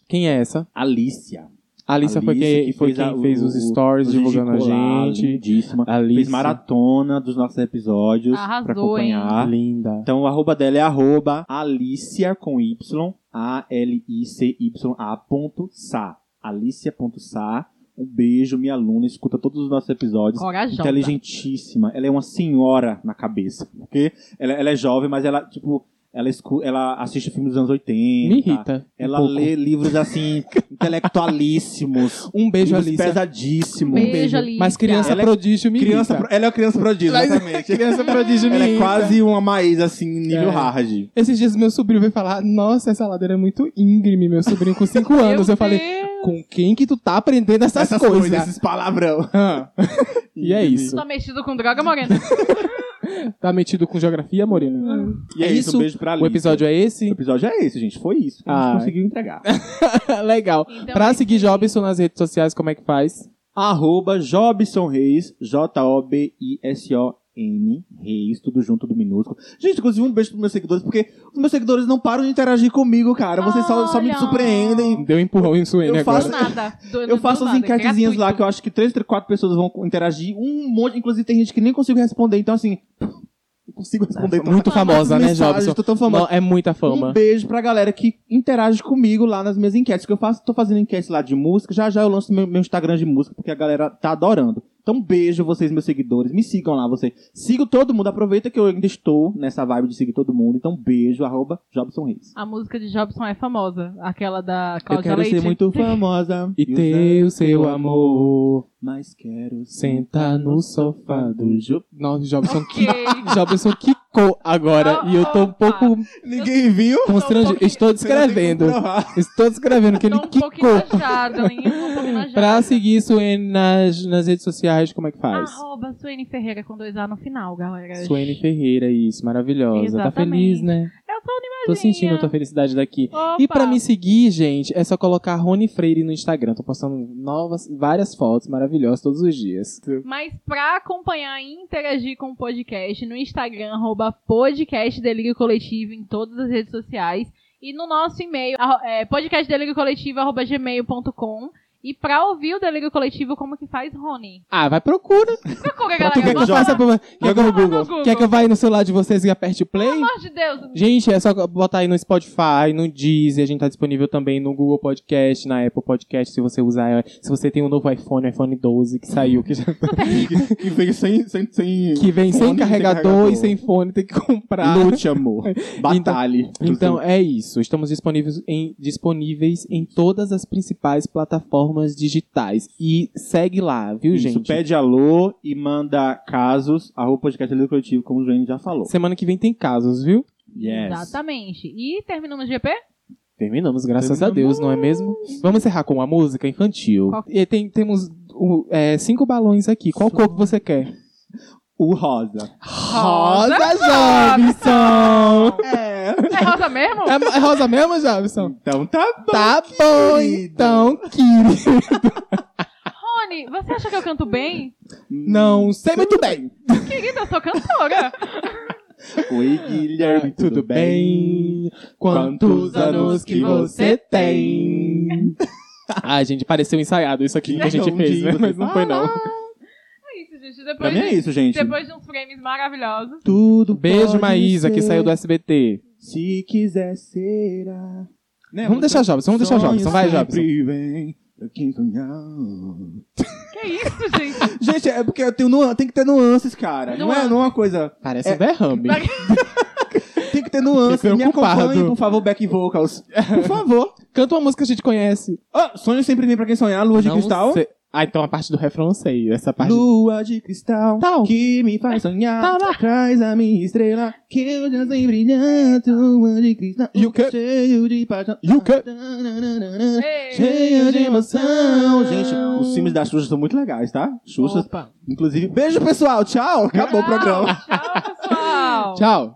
Speaker 1: Quem é essa?
Speaker 2: Alicia.
Speaker 1: A Alicia foi quem,
Speaker 2: que
Speaker 1: foi
Speaker 2: fez a-
Speaker 1: quem fez os
Speaker 2: o-
Speaker 1: stories
Speaker 2: o
Speaker 1: Tá divulgando a
Speaker 2: gesticular,
Speaker 1: gente.
Speaker 2: Lindíssima.
Speaker 1: Alice.
Speaker 2: Fez maratona dos nossos episódios pra
Speaker 3: Arrasou, hein?
Speaker 2: acompanhar.
Speaker 1: Linda.
Speaker 2: Então, o arroba dela é arroba Alicia com Y, A-L-I-C-Y-A ponto Sá. Alicia.sa. Um beijo, minha aluna. Escuta todos os nossos episódios.
Speaker 3: Corajosa.
Speaker 1: Então,
Speaker 2: Inteligentíssima. Ela é uma senhora na cabeça. Porque ela, ela é jovem, mas ela, tipo, ela, escu ela assiste filmes dos anos 80.
Speaker 1: Me irrita. um
Speaker 2: Ela
Speaker 1: pouco.
Speaker 2: lê livros
Speaker 1: *laughs*
Speaker 2: assim, intelectualíssimos.
Speaker 1: Um beijo,
Speaker 2: livros
Speaker 1: Alicia.
Speaker 2: pesadíssimos.
Speaker 3: Beijo, Alicia.
Speaker 1: um Mas criança
Speaker 2: Ela é-
Speaker 1: prodígio me
Speaker 2: Criança,
Speaker 1: irrita.
Speaker 2: pro- ela é uma criança prodígio,
Speaker 1: Mas-
Speaker 2: exatamente.
Speaker 1: criança prodígio me
Speaker 2: Ela é
Speaker 1: irrita.
Speaker 2: quase uma Maísa, assim, nível
Speaker 1: É.
Speaker 2: hard.
Speaker 1: Esses dias meu sobrinho veio falar, nossa, essa ladeira é muito íngreme, meu sobrinho com 5
Speaker 3: *laughs* Meu
Speaker 1: anos. Eu falei,
Speaker 3: Deus.
Speaker 1: com quem que tu tá aprendendo essas, coisas? *laughs*
Speaker 2: esses palavrão.
Speaker 1: Ah. E é
Speaker 2: *laughs*
Speaker 1: isso.
Speaker 3: Tá mexido com droga, Morena.
Speaker 1: Tá metido com geografia, Morena?
Speaker 2: E é,
Speaker 1: É
Speaker 2: isso,
Speaker 1: isso?
Speaker 2: um beijo
Speaker 3: Ah.
Speaker 2: pra
Speaker 1: O
Speaker 2: Alice.
Speaker 1: episódio é
Speaker 2: O
Speaker 1: esse? *laughs*
Speaker 2: episódio é esse, gente. Foi isso que a gente
Speaker 1: Ah.
Speaker 2: conseguiu entregar.
Speaker 1: Legal.
Speaker 3: Então,
Speaker 1: Pra
Speaker 3: é
Speaker 1: seguir
Speaker 3: isso aí.
Speaker 1: Jobson nas redes sociais, como é que faz?
Speaker 2: Arroba Jobson Reis, J-O-B-I-S-O-N, Reis, tudo junto do minúsculo. Gente, inclusive um beijo pros meus seguidores, porque os meus seguidores não param de interagir comigo, cara. Vocês só, só me
Speaker 3: Olha.
Speaker 2: surpreendem.
Speaker 1: Deu um empurrão em Suene
Speaker 2: Eu
Speaker 1: agora.
Speaker 2: faço-
Speaker 3: Do nada. Do-
Speaker 2: Eu
Speaker 3: do
Speaker 2: faço as
Speaker 3: nada, é
Speaker 2: enquetezinhas lá
Speaker 3: gratuito.
Speaker 2: que eu acho que três, quatro pessoas vão interagir. Um monte, inclusive tem gente que nem consigo responder. Então, assim, *laughs* não consigo responder. tantas
Speaker 1: É, Muito famosa, né,
Speaker 2: mensagens,
Speaker 1: Jobson?
Speaker 2: Tô tão famosa.
Speaker 1: Não, é muita
Speaker 2: Um
Speaker 1: fama.
Speaker 2: beijo pra galera que interage comigo lá nas minhas enquetes. Que eu faço, tô fazendo enquete lá de música. Já já eu lanço meu, meu Instagram de música, porque a galera tá adorando. Então, beijo vocês, meus seguidores. Me sigam lá, vocês. Sigo todo mundo. Aproveita que eu ainda estou nessa vibe de seguir todo mundo. Então, beijo, arroba Jobson Reis.
Speaker 3: A música de Jobson é famosa. Aquela da
Speaker 2: Eu
Speaker 3: Cláudia
Speaker 2: quero
Speaker 3: Leite.
Speaker 2: ser muito famosa.
Speaker 1: é E ter o seu amor,
Speaker 2: Mas quero
Speaker 1: sentar no sofá do Jo... Nossa, Jobson,
Speaker 2: *laughs*
Speaker 3: Ok.
Speaker 1: que... Jobson quicou agora. e eu tô um
Speaker 3: Opa. um
Speaker 1: pouco
Speaker 2: Ninguém viu?
Speaker 1: constrangido.
Speaker 3: pouquinho-
Speaker 1: Estou
Speaker 2: um
Speaker 1: descrevendo.
Speaker 2: *laughs*
Speaker 1: Estou descrevendo que
Speaker 3: Tô
Speaker 1: ele
Speaker 3: um pouco
Speaker 1: quicou.
Speaker 3: enojada, hein? Tô um pouco enojada.
Speaker 1: Pra seguir Suene nas, nas redes sociais, como é que faz?
Speaker 3: Arroba Suene Ferreira com dois A no final, galera.
Speaker 1: Suene Ferreira, isso, maravilhosa. Tá
Speaker 3: Exatamente.
Speaker 1: feliz, né?
Speaker 3: Eu sou
Speaker 1: Tô
Speaker 3: animadinha.
Speaker 1: sentindo a tua felicidade daqui.
Speaker 3: Opa.
Speaker 1: E pra me seguir, gente, é só colocar Rony Freire no Instagram. Tô postando novas, várias fotos maravilhosas todos os dias.
Speaker 3: Mas pra acompanhar e interagir com o podcast no Instagram, arroba podcast Delírio Coletivo em todas as redes sociais. E no nosso e-mail, arro- é, podcastdeliriocoletivo.gmail.com. E pra ouvir o Delírio Coletivo, como que faz, Rony?
Speaker 1: Ah, vai procura.
Speaker 3: Procura,
Speaker 1: Tu quer
Speaker 3: galera.
Speaker 1: que eu
Speaker 3: Bota,
Speaker 1: faça
Speaker 3: lá.
Speaker 1: pra... Quer que eu
Speaker 3: lá no
Speaker 1: Google?
Speaker 3: Google.
Speaker 1: Quer que eu vá no celular de vocês e aperte play?
Speaker 3: Pelo amor de Deus.
Speaker 1: Gente, é só botar aí no Spotify, no Deezer, a gente tá disponível também no Google Podcast, na Apple Podcast, se você usar, se você tem um novo iPhone, o iPhone 12 que saiu, que, já-
Speaker 2: *laughs* que, que veio sem. sem, sem...
Speaker 1: que vem sem
Speaker 2: Fone, sem
Speaker 1: carregador,
Speaker 2: carregador.
Speaker 1: e sem fone, tem que comprar.
Speaker 2: Lute, amor. Batalhe.
Speaker 1: Então é isso, estamos disponíveis em, disponíveis em todas as principais plataformas digitais. E segue lá, viu,
Speaker 2: Isso,
Speaker 1: gente?
Speaker 2: pede alô e manda casos. Arroba podcast Líder coletivo, como o Joane já falou.
Speaker 1: Semana que vem tem casos, viu?
Speaker 2: Yes.
Speaker 3: Exatamente. E terminamos o GP?
Speaker 1: Terminamos, graças
Speaker 2: Terminamos.
Speaker 1: a Deus, não é mesmo? Vamos encerrar com uma música infantil.
Speaker 3: Qual-
Speaker 1: E tem- temos o- é, cinco balões aqui. Qual cor que você quer?
Speaker 2: O Rosa.
Speaker 1: Rosa Jobson!
Speaker 2: É.
Speaker 3: É rosa *laughs* mesmo?
Speaker 1: É ma- é rosa mesmo, Jobson?
Speaker 2: Então tá bom.
Speaker 1: Tá bom,
Speaker 2: querido.
Speaker 1: então, querido.
Speaker 3: Rony, você acha que eu canto bem?
Speaker 1: Não sei muito bem.
Speaker 3: Querida, eu sou cantora.
Speaker 2: Oi,
Speaker 1: É,
Speaker 2: Guilherme, tudo bem?
Speaker 1: Quantos anos que você tem? Ai, gente, pareceu ensaiado isso aqui que a gente
Speaker 2: Um
Speaker 1: fez,
Speaker 2: dia
Speaker 1: né? Mas não
Speaker 2: você
Speaker 1: foi, não.
Speaker 3: É isso, gente.
Speaker 2: Pra
Speaker 3: Depois,
Speaker 2: mim é
Speaker 3: de,
Speaker 2: isso, gente.
Speaker 3: depois de uns frames maravilhosos.
Speaker 2: Tudo
Speaker 1: Beijo,
Speaker 2: pode
Speaker 1: Maísa, que
Speaker 2: ser,
Speaker 1: saiu do SBT.
Speaker 2: Se quiser, será. Né,
Speaker 1: Vamos deixar Jobson, vamos deixar Jobson. Vai, Jobson.
Speaker 2: Jobson.
Speaker 3: Que é isso,
Speaker 2: *laughs*
Speaker 3: gente?
Speaker 2: Gente, é porque eu tenho nuan- tem que ter nuances, cara. Não é,
Speaker 3: Nuances.
Speaker 2: não é uma coisa.
Speaker 1: Parece um derrame.
Speaker 2: Tem que ter nuances.
Speaker 1: Fiquei
Speaker 2: Me
Speaker 1: preocupado.
Speaker 2: acompanhe, por favor, back vocals. Por favor.
Speaker 1: Canta uma música que a gente conhece.
Speaker 2: Ah, sonho sempre vem pra quem sonhar, lua de
Speaker 1: Não
Speaker 2: cristal.
Speaker 1: sei- Ah, então a parte do refrão eu sei. Essa parte.
Speaker 2: Lua de cristal
Speaker 1: Tal.
Speaker 2: que me faz sonhar.
Speaker 1: Tal lá.
Speaker 2: Traz a minha estrela que eu já sei brilhar. Lua de cristal
Speaker 1: E o quê?
Speaker 2: cheio de paixão.
Speaker 1: E o quê?
Speaker 2: Cheio de emoção. Gente, os filmes da Xuxa são muito legais, tá? Xuxa, inclusive. Beijo, pessoal. *laughs* Tchau. Acabou o programa.
Speaker 3: Tchau, pessoal.
Speaker 1: Tchau.